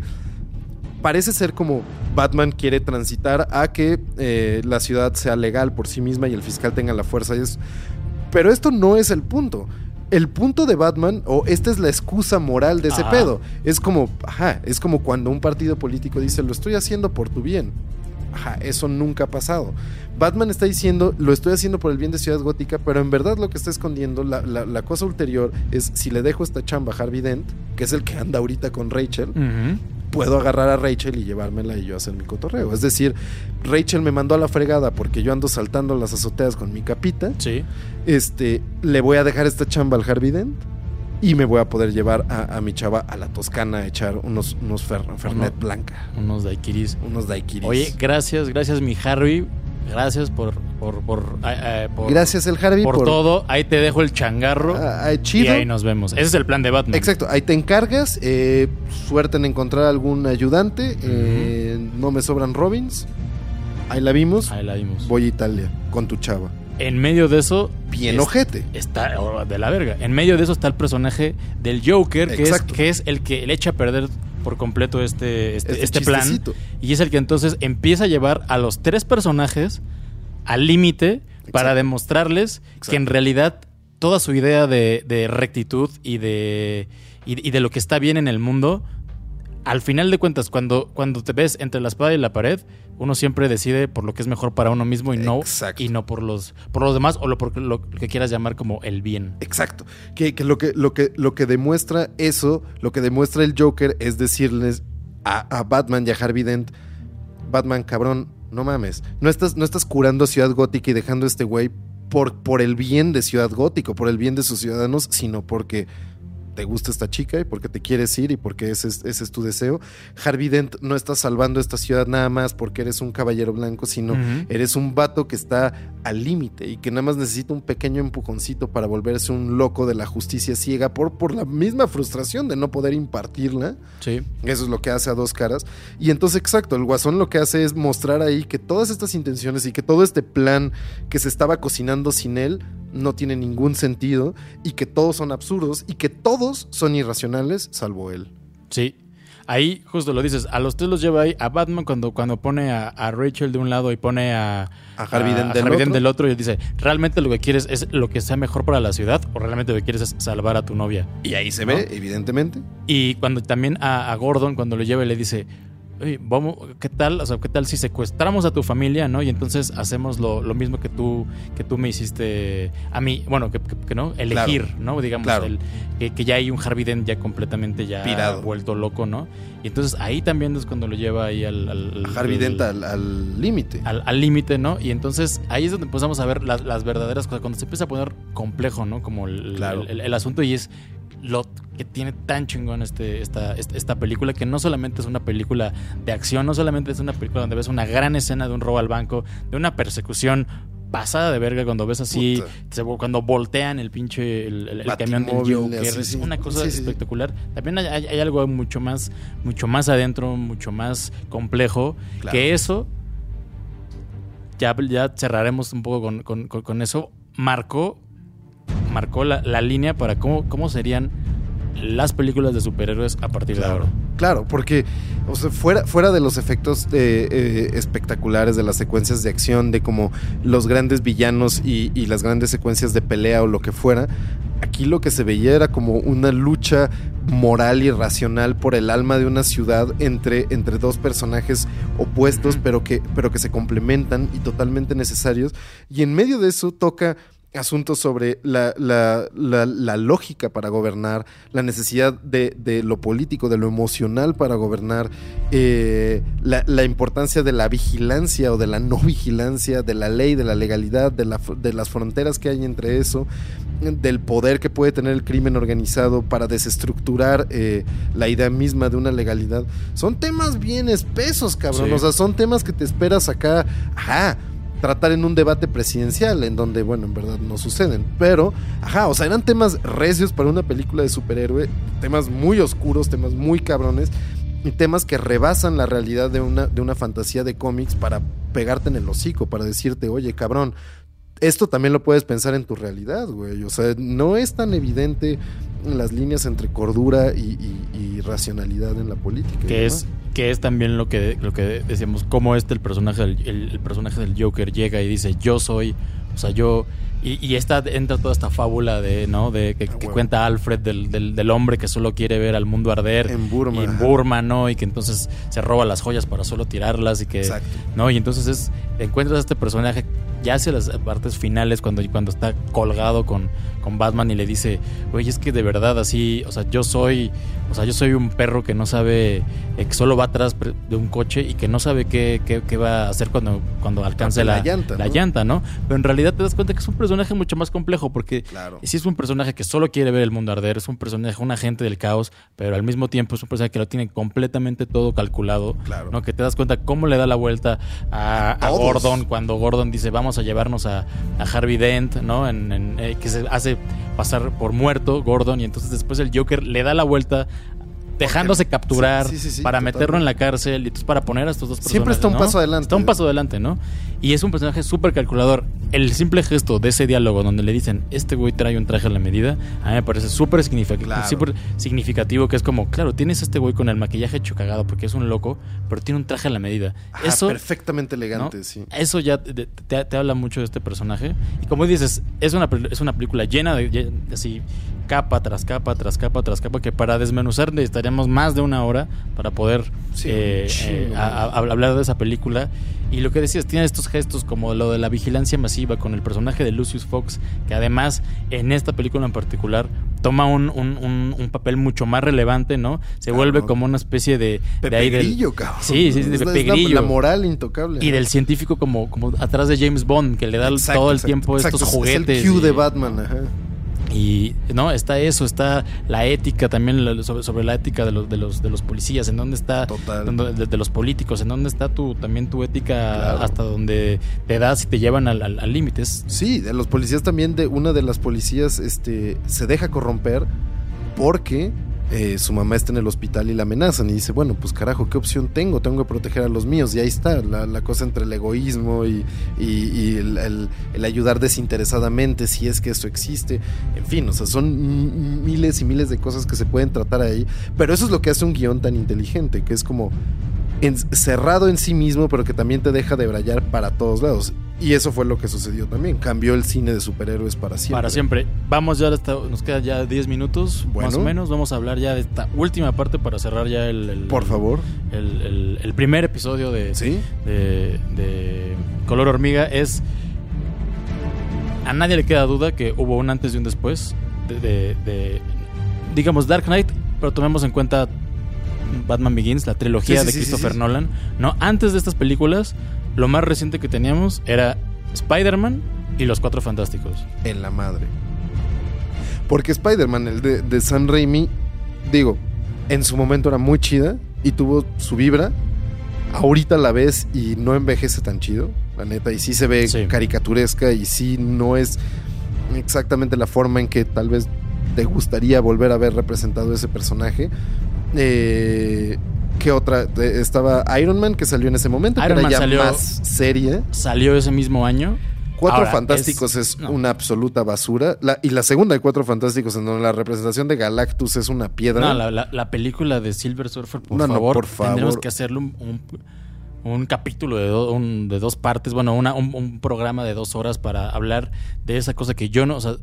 parece ser como Batman quiere transitar a que eh, la ciudad sea legal por sí misma y el fiscal tenga la fuerza. Y es- Pero esto no es el punto. El punto de Batman, o esta es la excusa moral de ese Ajá. pedo, es como, ajá, es como cuando un partido político dice, lo estoy haciendo por tu bien. Ajá, eso nunca ha pasado. Batman está diciendo, lo estoy haciendo por el bien de Ciudad Gótica, pero en verdad lo que está escondiendo, la, la- la cosa ulterior, es si le dejo esta chamba a Harvey Dent, que es el que anda ahorita con Rachel, Ujú. puedo agarrar a Rachel y llevármela y yo hacer mi cotorreo. Es decir, Rachel me mandó a la fregada porque yo ando saltando las azoteas con mi capita, Sí. este, le voy a dejar esta chamba al Harvey Dent y me voy a poder llevar a, a mi chava a la Toscana a echar unos, unos fer- Fernet Uno. Blanca, Unos daiquiris. unos daiquiris. Oye, gracias, gracias mi Harvey. Gracias por... por, por, eh, eh, por- gracias el Harvey por, todo. Ahí te dejo el changarro. Ah, ah, y chido. ahí nos vemos. Ese es el plan de Batman. Exacto, ahí te encargas. eh, suerte en encontrar algún ayudante. eh, no me sobran Robins. Ahí la vimos. Ahí la vimos. Voy a Italia con tu chava. En medio de eso. Bien es- ojete. Está oh, de la verga. En medio de eso está el personaje del Joker, que es, Exacto. que es el que le echa a perder por completo este, este, Este este plan. chistecito. Y es el que entonces empieza a llevar a los tres personajes al límite para Exacto. demostrarles Exacto. que en realidad toda su idea de, de rectitud y de, y, y de lo que está bien en el mundo, al final de cuentas, cuando, cuando te ves entre la espada y la pared, uno siempre decide por lo que es mejor para uno mismo y no, Exacto. y no por, los, por los demás o lo, por lo que quieras llamar como el bien. Exacto. Que, que lo que, lo, que, lo que demuestra eso, lo que demuestra el Joker es decirles a, a Batman y a Harvey Dent, Batman, cabrón, no mames. No estás, no estás curando Ciudad Gótica y dejando a este güey por, por el bien de Ciudad Gótico, por el bien de sus ciudadanos, sino porque te gusta esta chica y porque te quieres ir y porque ese es, ese es tu deseo. Harvey Dent no está salvando esta ciudad nada más porque eres un caballero blanco, sino Ujú. eres un vato que está al límite y que nada más necesita un pequeño empujoncito para volverse un loco de la justicia ciega por, por la misma frustración de no poder impartirla. Sí. Eso es lo que hace a dos caras. Y entonces, exacto, el guasón lo que hace es mostrar ahí que todas estas intenciones y que todo este plan que se estaba cocinando sin él no tiene ningún sentido y que todos son absurdos y que todos son irracionales, salvo él. Sí. Ahí justo lo dices, a los tres los lleva ahí, a Batman cuando, cuando pone a, a Rachel de un lado y pone a, Ah, A Harvey Dent del otro. del otro y dice, ¿realmente lo que quieres es lo que sea mejor para la ciudad o realmente lo que quieres es salvar a tu novia? Y ahí se ¿No? ve, evidentemente. Y cuando también a, a Gordon, cuando lo lleva y le dice, "Oye, vamos, ¿qué tal? O sea, ¿qué tal si secuestramos a tu familia, no? Y entonces hacemos lo, lo mismo que tú, que tú me hiciste a mí, bueno, que, que- que no, elegir, ¿no? Digamos, Claro. el- que, que ya hay un Harvey Dent ya completamente ya Pirado. vuelto loco, ¿no? Y entonces ahí también es cuando lo lleva ahí al... al- A Harvey al- Dent al- al límite. al al límite, ¿no? Y entonces ahí es donde empezamos a ver las, las verdaderas cosas, cuando se empieza a poner complejo, ¿no? Como el, Claro. el- el- el asunto y es lo que tiene tan chingón este, esta, est- esta película, que no solamente es una película de acción, no solamente es una película donde ves una gran escena de un robo al banco, de una persecución pasada de verga cuando ves así Puta. se- cuando voltean el pinche el, el- el camión del Batimóvil, Joker así, es sí. una Sí, cosa sí, sí. espectacular también hay, hay- hay algo mucho más mucho más adentro mucho más complejo Claro. que eso ya, ya cerraremos un poco con, con- con- con eso. Marcó, marcó la, la línea para cómo, cómo serían las películas de superhéroes a partir de ahora. Claro, porque o sea, fuera, fuera de los efectos eh, eh, espectaculares de las secuencias de acción, de como los grandes villanos y, y las grandes secuencias de pelea o lo que fuera, aquí lo que se veía era como una lucha moral y racional por el alma de una ciudad entre, entre dos personajes opuestos, Ujú. pero, que, pero que se complementan y totalmente necesarios. Y en medio de eso toca asuntos sobre la, la- la- la lógica para gobernar, la necesidad de, de lo político, de lo emocional para gobernar, eh, la, la importancia de la vigilancia o de la no [laughs] vigilancia, de la ley, de la legalidad, de, la fr- de las fronteras que hay entre eso, del poder que puede tener el crimen organizado para desestructurar eh, la idea misma de una legalidad. Son temas bien espesos, cabrón. Sí. O sea, son temas que te esperas acá. Ajá tratar en un debate presidencial, en donde, bueno, en verdad no suceden. Pero, ajá, o sea, eran temas recios para una película de superhéroe, temas muy oscuros, temas muy cabrones, y temas que rebasan la realidad de una, de una fantasía de cómics para pegarte en el hocico, para decirte, oye, cabrón, esto también lo puedes pensar en tu realidad, güey. O sea, no es tan evidente las líneas entre cordura y, y- y racionalidad en la política. y Que es, demás. que es también lo que, lo que decíamos, cómo este el personaje, del- el, el personaje del Joker llega y dice, yo soy, o sea, yo... Y, y esta, entra toda esta fábula de, ¿no? De que, Ah, que huevo. cuenta Alfred del, del- del hombre que solo quiere ver al mundo arder. en Burma. y en ajá. Burma, ¿no? Y que entonces se roba las joyas para solo tirarlas y que... Exacto. ¿no? Y entonces es- encuentras a este personaje ya hacia las partes finales cuando, cuando está colgado con, con Batman y le dice, güey, es que de verdad así, o sea, yo soy, o sea, yo soy un perro que no sabe, eh, que solo va atrás pre- de un coche y que no sabe qué, qué- qué va a hacer cuando, cuando alcance la la, llanta, la ¿no? llanta, ¿no? Pero en realidad te das cuenta que es un personaje mucho más complejo porque Claro. si es un personaje que solo quiere ver el mundo arder, es un personaje, un agente del caos, pero al mismo tiempo es un personaje que lo tiene completamente todo calculado. Claro. ¿no? Que te das cuenta cómo le da la vuelta a, a Todos. Gordon cuando Gordon dice vamos a llevarnos a, a Harvey Dent, ¿no? En, en- eh, que se hace pasar por muerto Gordon y entonces después el Joker le da la vuelta dejándose capturar sí, sí, sí, para totalmente. meterlo en la cárcel y entonces para poner a estos dos personajes. Siempre está un ¿no? paso adelante. Está un paso adelante, ¿no? Y es un personaje súper calculador. El simple gesto de ese diálogo donde le dicen, este güey trae un traje a la medida, a mí me parece súper signific- Claro. súper significativo, que es como, claro, tienes a este güey con el maquillaje hecho cagado porque es un loco, pero tiene un traje a la medida. Ajá, eso, perfectamente elegante, ¿no? sí. eso ya te, te- te habla mucho de este personaje. Y como dices, es una, pel- es una película llena de, lle- de así, capa tras capa, tras capa, tras capa, que para desmenuzar necesitaríamos más de una hora para poder Sí, eh, un chingo. eh, a- a- hablar de esa película. Y lo que decías, tiene estos gestos como lo de la vigilancia masiva con el personaje de Lucius Fox, que además en esta película en particular toma un, un- un- un papel mucho más relevante, ¿no? Se vuelve como una especie de... de Pepe ahí del- Grillo, cabrón. Sí, sí, sí, de Es la- Pepe es la- Grillo. La moral intocable. Y del científico como, como atrás de James Bond, que le da Exacto, todo el exacto, tiempo exacto. estos Es- juguetes. Es el Q y- de Batman, ajá. y no, está eso, está la ética también, lo- sobre, sobre la ética de los, de los, de los policías, en dónde está, Total. en dónde- de, de los políticos, en dónde está tu, también tu ética Claro. hasta donde te das y te llevan al al- al límite. Es- Sí, de los policías también, de una de las policías este, se deja corromper porque eh, su mamá está en el hospital y la amenazan y dice, bueno, pues carajo, ¿qué opción tengo? Tengo que proteger a los míos y ahí está la, la cosa entre el egoísmo y, y- y el, el- el ayudar desinteresadamente si es que eso existe. En fin, o sea, son m- miles y miles de cosas que se pueden tratar ahí, pero eso es lo que hace un guión tan inteligente, que es como en- cerrado en sí mismo, pero que también te deja debrayar para todos lados. Y eso fue lo que sucedió también. Cambió el cine de superhéroes para siempre. Para siempre. Vamos ya, hasta, nos quedan ya 10 minutos, más Bueno. o menos. Vamos a hablar ya de esta última parte para cerrar ya el, el- Por favor. el- el- el primer episodio de, Sí. de, de Color Hormiga es. A nadie le queda duda que hubo un antes y un después de, de- de, digamos, Dark Knight, pero tomemos en cuenta Batman Begins, la Sí, trilogía sí, de sí, sí, Christopher sí. Nolan. No, antes de estas películas, lo más reciente que teníamos era Spider-Man y los Cuatro Fantásticos. En la madre. Porque Spider-Man, el de, de Sam Raimi, digo, en su momento era muy chida y tuvo su vibra. Ahorita la ves y no envejece tan chido, la neta. Y sí se ve Sí. caricaturesca y sí no es exactamente la forma en que tal vez te gustaría volver a ver representado ese personaje. Eh, ¿Qué otra? Eh, Estaba Iron Man que salió en ese momento, Iron que era Man ya salió- más seria. Salió ese mismo año. Cuatro Ahora, Fantásticos es, no. una absoluta basura. La- y la segunda de Cuatro Fantásticos, en donde la representación de Galactus es una piedra. No, la, la- la película de Silver Surfer, por No, no, favor. por favor. Tendremos que hacerle un, un- un capítulo de, do- un- de dos partes, bueno, una- un, un programa de dos horas para hablar de esa cosa que yo no. O sea,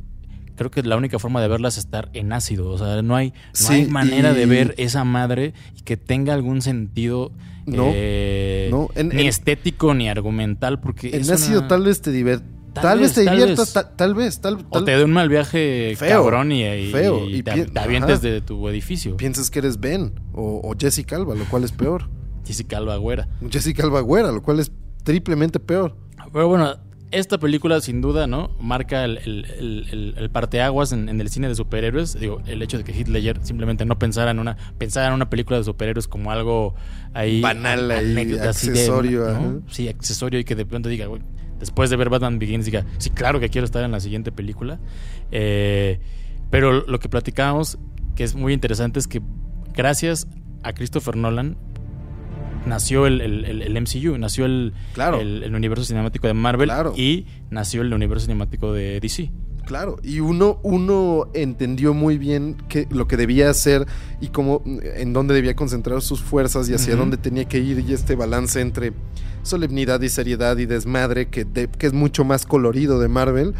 creo que la única forma de verla es estar en ácido. O sea, no hay, no Sí, hay manera de y- ver esa madre y que tenga algún sentido. No, eh, no, en- ni en- estético ni argumental, porque. en es ácido una- tal vez te divierta. Tal Tal, vez, vez te tal diviertas, vez. ta- tal vez, tal, O tal- te da un mal viaje Feo, cabrón y, y- feo, y y te, pi- te avientes ajá. de tu edificio. piensas que eres Ben o, o Jessica Alba, lo cual es peor. Jessica Alba Güera. Jessica Alba güera, lo cual es triplemente peor. Pero bueno, esta película sin duda, ¿no? Marca el, el- el- el- el parteaguas en, en el cine de superhéroes. Digo, el hecho de que Hitler simplemente no pensara en una, pensara en una película de superhéroes como algo ahí... Banal ahí, anécdota, así de, accesorio, ¿no? ajá. Sí, accesorio y que de pronto diga, "Güey, después de ver Batman Begins, diga, sí, claro que quiero estar en la siguiente película. Eh, pero lo que platicábamos, que es muy interesante, es que gracias a Christopher Nolan nació el, el- el- el MCU, nació el, Claro. el, el universo cinemático de Marvel Claro. y nació el universo cinemático de DC. Claro, y uno, uno entendió muy bien que, lo que debía hacer y cómo, en dónde debía concentrar sus fuerzas y hacia Ujú. dónde tenía que ir y este balance entre solemnidad y seriedad y desmadre que, de- que es mucho más colorido de Marvel.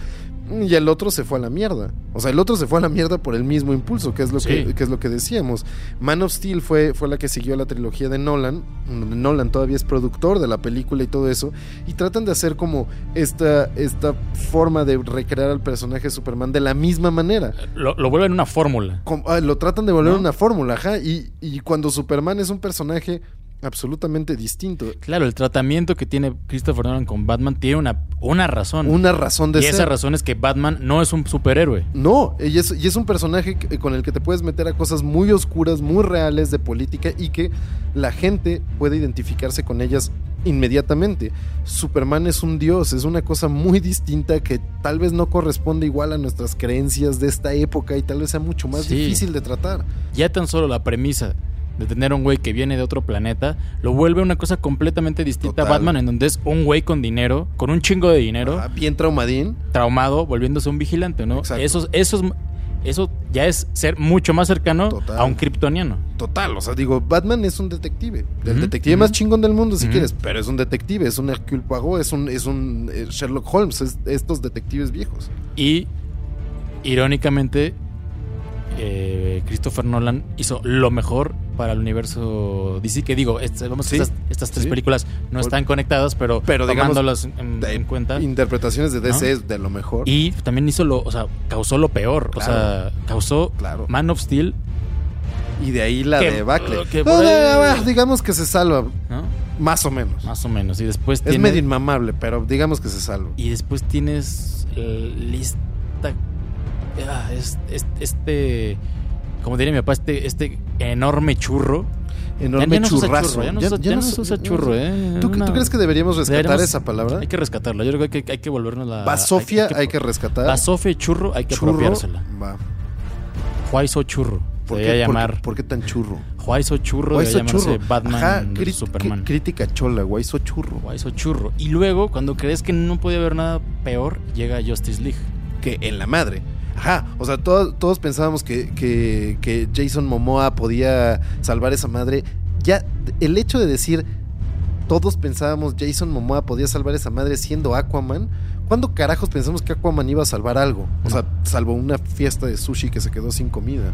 Y el otro se fue a la mierda. O sea, el otro se fue a la mierda por el mismo impulso, que es lo, Sí. que, que es lo que decíamos. Man of Steel fue, fue la que siguió a la trilogía de Nolan. donde Nolan todavía es productor de la película y todo eso. Y tratan de hacer como esta, esta forma de recrear al personaje de Superman de la misma manera. Lo, lo vuelven una fórmula. Com- ah, lo tratan de volver ¿No? una fórmula, ajá. Y, y cuando Superman es un personaje absolutamente distinto. Claro, el tratamiento que tiene Christopher Nolan con Batman tiene una, una razón. Una razón de y ser. esa razón es que Batman no es un superhéroe. No, y es, y es un personaje que- con el que te puedes meter a cosas muy oscuras, muy reales de política y que la gente puede identificarse con ellas inmediatamente. Superman es un dios, es una cosa muy distinta que tal vez no corresponde igual a nuestras creencias de esta época y tal vez sea mucho más Sí. difícil de tratar. Ya tan solo la premisa de tener un güey que viene de otro planeta lo vuelve una cosa completamente distinta a Total. Batman, en donde es un güey con dinero, con un chingo de dinero, Ah, bien traumadín. traumado, volviéndose un vigilante, ¿no? Exacto. Eso, eso, es- eso ya es ser mucho más cercano Total. a un kryptoniano. Total, o sea, digo, Batman es un detective. El Ujú, detective ujú. más chingón del mundo, si Ujú. quieres, pero es un detective, es un Hercule Poirot, es un, es un eh, Sherlock Holmes, es estos detectives viejos. Y irónicamente, eh, Christopher Nolan hizo lo mejor para el universo DC. Que digo, este- vamos, Sí, estas, estas tres sí. películas no Por- están conectadas, pero, Pero digamos, tomándolas en, de- en cuenta. Interpretaciones de DC ¿No? es de lo mejor. Y también hizo lo, o sea, causó lo peor. Claro. O sea, causó Claro. Man of Steel, Y de ahí la Que- debacle. que No, por no, ahí- no, no, digamos que se salva, ¿no? más o menos. Más o menos. Y después es tiene- medio inmamable, pero digamos que se salva. Y después tienes eh, lista. ah, es- es- este. Como diría mi papá, este, este enorme churro. Enorme ya, ya no se usa churrazo. churro, ya no, se- ya no se usa churro, ¿eh? ¿Tú, tú No. crees que deberíamos rescatar Deberíamos- esa palabra? Hay que rescatarla. Yo creo que hay que, hay que volvernos la. Basofia hay que, rescatar. Basofia y churro hay que apropiársela. Va. Juaizo churro. ¿Por Debería qué, por llamar. qué- por qué tan churro? Juaizo churro Guayso debería churro. llamarse Batman Ajá, cri- Superman. cri- crítica chola, guayso churro. Guayso churro. Y luego, cuando crees que no podía haber nada peor, llega Justice League. que en la madre. Ajá, o sea, todos, todos pensábamos que, que- que Jason Momoa podía salvar esa madre. Ya, el hecho de decir, todos pensábamos Jason Momoa podía salvar esa madre siendo Aquaman, ¿cuándo carajos pensamos que Aquaman iba a salvar algo? O sea, salvo una fiesta de sushi que se quedó sin comida.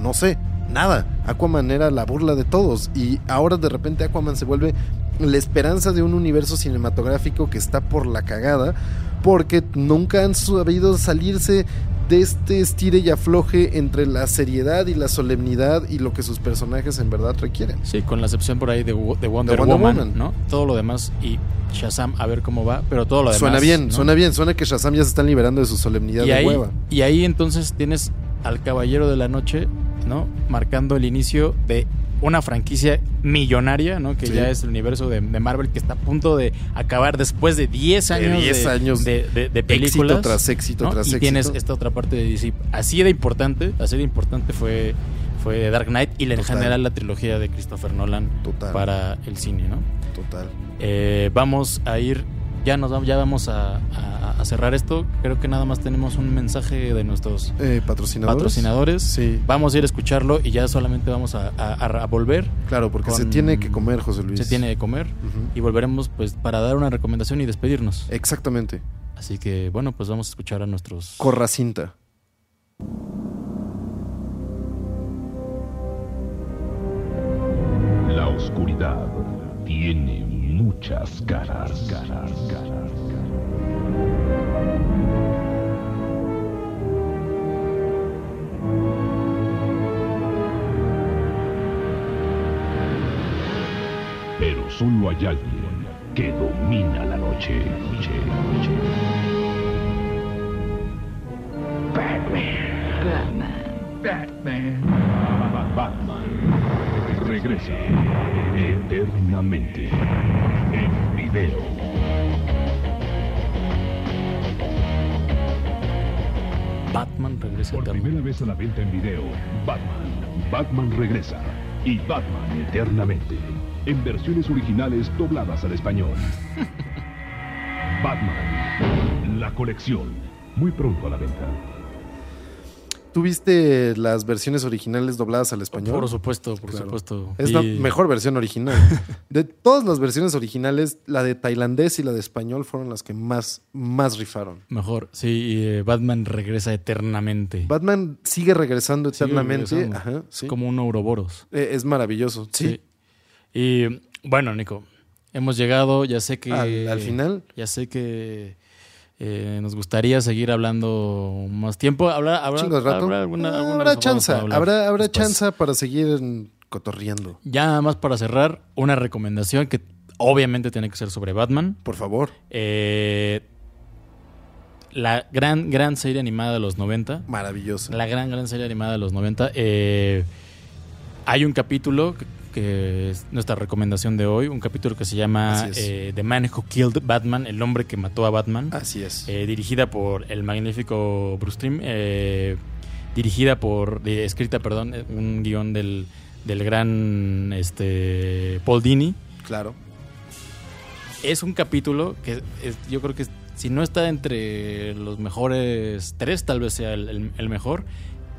No sé, nada. Aquaman era la burla de todos y ahora de repente Aquaman se vuelve la esperanza de un universo cinematográfico que está por la cagada porque nunca han sabido salirse de este estire y afloje entre la seriedad y la solemnidad y lo que sus personajes en verdad requieren. Sí, con la excepción por ahí de, Wo- de Wonder, Wonder Woman, Woman. ¿no? Todo lo demás y Shazam, a ver cómo va, pero todo lo demás. suena bien, ¿no? suena bien, suena que Shazam ya se están liberando de su solemnidad Y de ahí, hueva. y ahí entonces tienes al Caballero de la Noche, ¿no? Marcando el inicio de una franquicia millonaria, ¿no? Que Sí. ya es el universo de, de Marvel que está a punto de acabar después de 10 De años de, 10 años. de, de- de películas. Éxito tras éxito ¿no? tras y éxito. tienes esta otra parte de DC. Así de importante, así de importante fue, fue Dark Knight y en Total. general la trilogía de Christopher Nolan Total, este para el cine, ¿no? total. Eh, vamos a ir, ya nos vamos, ya vamos a, a- a cerrar esto. Creo que nada más tenemos un mensaje de nuestros Eh, ¿Patrocinadores? patrocinadores. Sí. Vamos a ir a escucharlo y ya solamente vamos a, a- a volver. Claro, porque se Con- tiene que comer, José Luis. Se tiene de comer Ujú. y volveremos pues para dar una recomendación y despedirnos. Exactamente. Así que bueno, pues vamos a escuchar a nuestros Corracinta. La oscuridad tiene muchas caras, caras, caras, caras. Pero solo hay alguien que domina la noche. noche, noche. Batman. Batman. Batman. Regresa eternamente en video. Batman regresa Por Eterno. primera vez a la venta en video, Batman. Batman regresa y Batman eternamente. En versiones originales dobladas al español. Batman. La colección. Muy pronto a la venta. ¿Tuviste las versiones originales dobladas al español? Por supuesto, por Claro. supuesto. Es la Y- mejor versión [laughs] original. De todas las versiones originales, la de tailandés y la de español fueron las que más, más rifaron. Mejor, sí, y, eh, Batman regresa eternamente. Batman sigue regresando Sigue eternamente. regresando. Ajá, sí. Es como un Ouroboros. Eh, es maravilloso. Sí. Sí. Y bueno, Nico, hemos llegado, ya sé que... Al, al final. Ya sé que eh, nos gustaría seguir hablando más tiempo. Habrá, habrá, Chingo de rato. habrá alguna- Ah, alguna habrá cosa chance. para hablar Habrá, habrá después. chance para seguir en- cotorreando. Ya nada más para cerrar, una recomendación que obviamente tiene que ser sobre Batman. Por favor. Eh, la gran, gran serie animada de los 90. Maravilloso. La gran, gran serie animada de los 90. Eh, hay un capítulo que, que es nuestra recomendación de hoy, un capítulo que se llama Así es. eh, The Man Who Killed Batman, el hombre que mató a Batman, Así es. eh, dirigida por el magnífico Bruce Timm, eh, dirigida por, de- escrita, perdón, eh, un guión del, del gran este, Paul Dini. claro. Es un capítulo que es- yo creo que es- si no está entre los mejores tres, tal vez sea el, el- el mejor.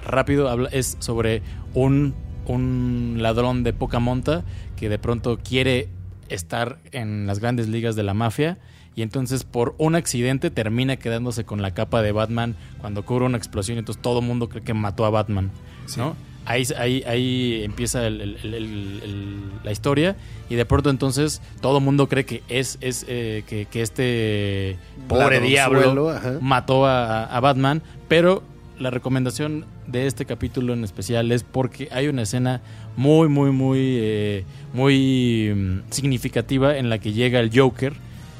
Rápido, habla, es sobre un, un ladrón de poca monta que de pronto quiere estar en las grandes ligas de la mafia y entonces por un accidente termina quedándose con la capa de Batman cuando ocurre una explosión y entonces todo el mundo cree que mató a Batman. Sí. ¿no? Ahí, ahí, ahí empieza el- el- el- el- el- la historia y de pronto entonces todo mundo cree que es, es eh, que, que este pobre Ladronzuelo, diablo ajá. mató a, a Batman, pero la recomendación de este capítulo en especial es porque hay una escena muy, muy, muy, eh, muy mm, significativa en la que llega el Joker.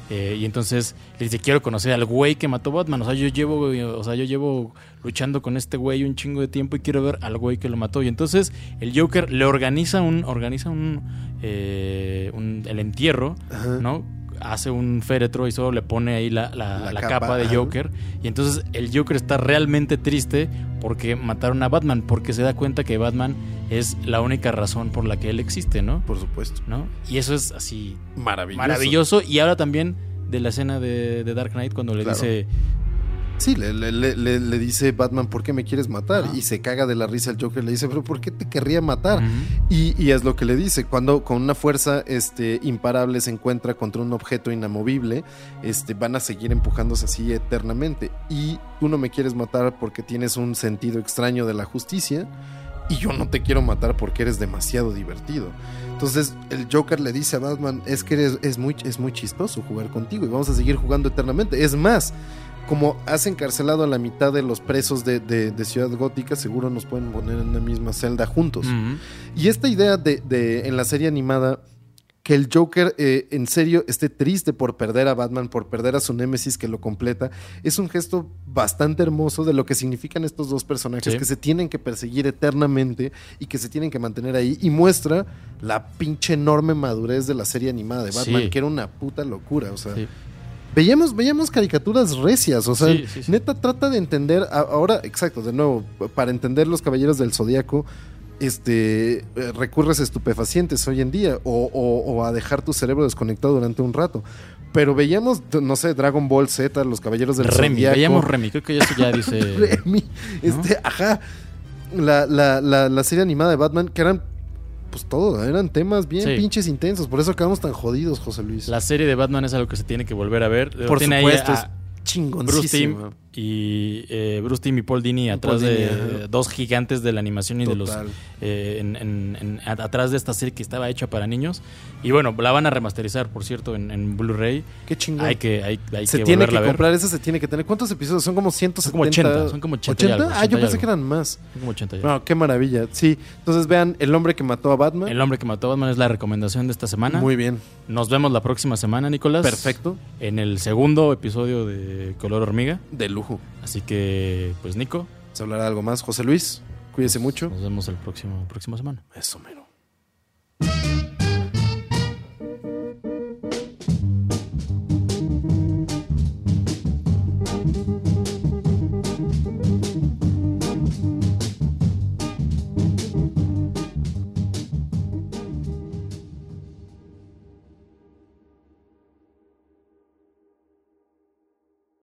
eh, y entonces le dice, quiero conocer al güey que mató Batman. O sea, yo llevo, o sea, yo llevo luchando con este güey un chingo de tiempo y quiero ver al güey que lo mató. Y entonces el Joker le organiza un, organiza un, eh, un- el entierro, Ajá. ¿no? Hace un féretro y solo le pone ahí la, la- La la, capa, capa, de ajá. Joker. Y entonces el Joker está realmente triste porque mataron a Batman, porque se da cuenta que Batman es la única razón por la que él existe, ¿no? Por supuesto. ¿No? Y eso es así Maravilloso. maravilloso. Y habla también de la escena de, de Dark Knight cuando le Claro. dice, Sí, le, le- le- le- le dice Batman, ¿por qué me quieres matar? Ajá. Y se caga de la risa el Joker, le dice, pero ¿por qué te querría matar? "Ujú, Y, y es lo que le dice, cuando con una fuerza este, imparable se encuentra contra un objeto inamovible, este, van a seguir empujándose así eternamente. Y tú no me quieres matar porque tienes un sentido extraño de la justicia, y yo no te quiero matar porque eres demasiado divertido. Entonces el Joker le dice a Batman, es que eres, es, muy, es muy chistoso jugar contigo y vamos a seguir jugando eternamente. Es más, como has encarcelado a la mitad de los presos de, de- de Ciudad Gótica, seguro nos pueden poner en una misma celda juntos. ujú". Y esta idea de, de- en la serie animada que el Joker eh, en serio esté triste por perder a Batman, por perder a su némesis que lo completa, es un gesto bastante hermoso de lo que significan estos dos personajes Sí. que se tienen que perseguir eternamente y que se tienen que mantener ahí y muestra la pinche enorme madurez de la serie animada de Batman, Sí. que era una puta locura, o sea, Sí. Veíamos, veíamos caricaturas recias, o sea, Sí, sí, sí. neta trata de entender, a- ahora, exacto, de nuevo, para entender los caballeros del zodiaco, este, eh, recurres a estupefacientes hoy en día o, o- o a dejar tu cerebro desconectado durante un rato. Pero veíamos, no sé, Dragon Ball Z, los caballeros del Remy, zodiaco. [laughs] veíamos Remy, creo que eso ya dice... Remy, este, ajá, la, la- la- la serie animada de Batman, que eran, pues todo, eran temas bien Sí. pinches intensos, por eso acabamos tan jodidos, José Luis. La serie de Batman es algo que se tiene que volver a ver. por Tiene ahí supuesto, a- es Bruce Timm chingoncísima. y eh, Bruce Timm y Paul Dini atrás Paul Dini, de ajá. eh, dos gigantes de la animación y de los Total. eh, en- en- en- a- atrás de esta serie que estaba hecha para niños y bueno la van a remasterizar por cierto en, en Blu-ray Qué chingón. hay que hay, hay se que tiene que volverla a ver comprar, esa se tiene que tener. ¿Cuántos episodios? Son como 170. como 80, son como 80 y algo, ah, yo 80 y pensé algo. que eran más. Como 80 ya. No, qué maravilla. Sí, entonces vean El hombre que mató a Batman. el hombre que mató a Batman es la recomendación de esta semana Muy bien. nos vemos la próxima semana Nicolás Perfecto. en el segundo episodio de Color Hormiga De lujo. así que pues Nico Se hablará algo más. José Luis, cuídese mucho. nos vemos el próximo próxima semana Eso menos.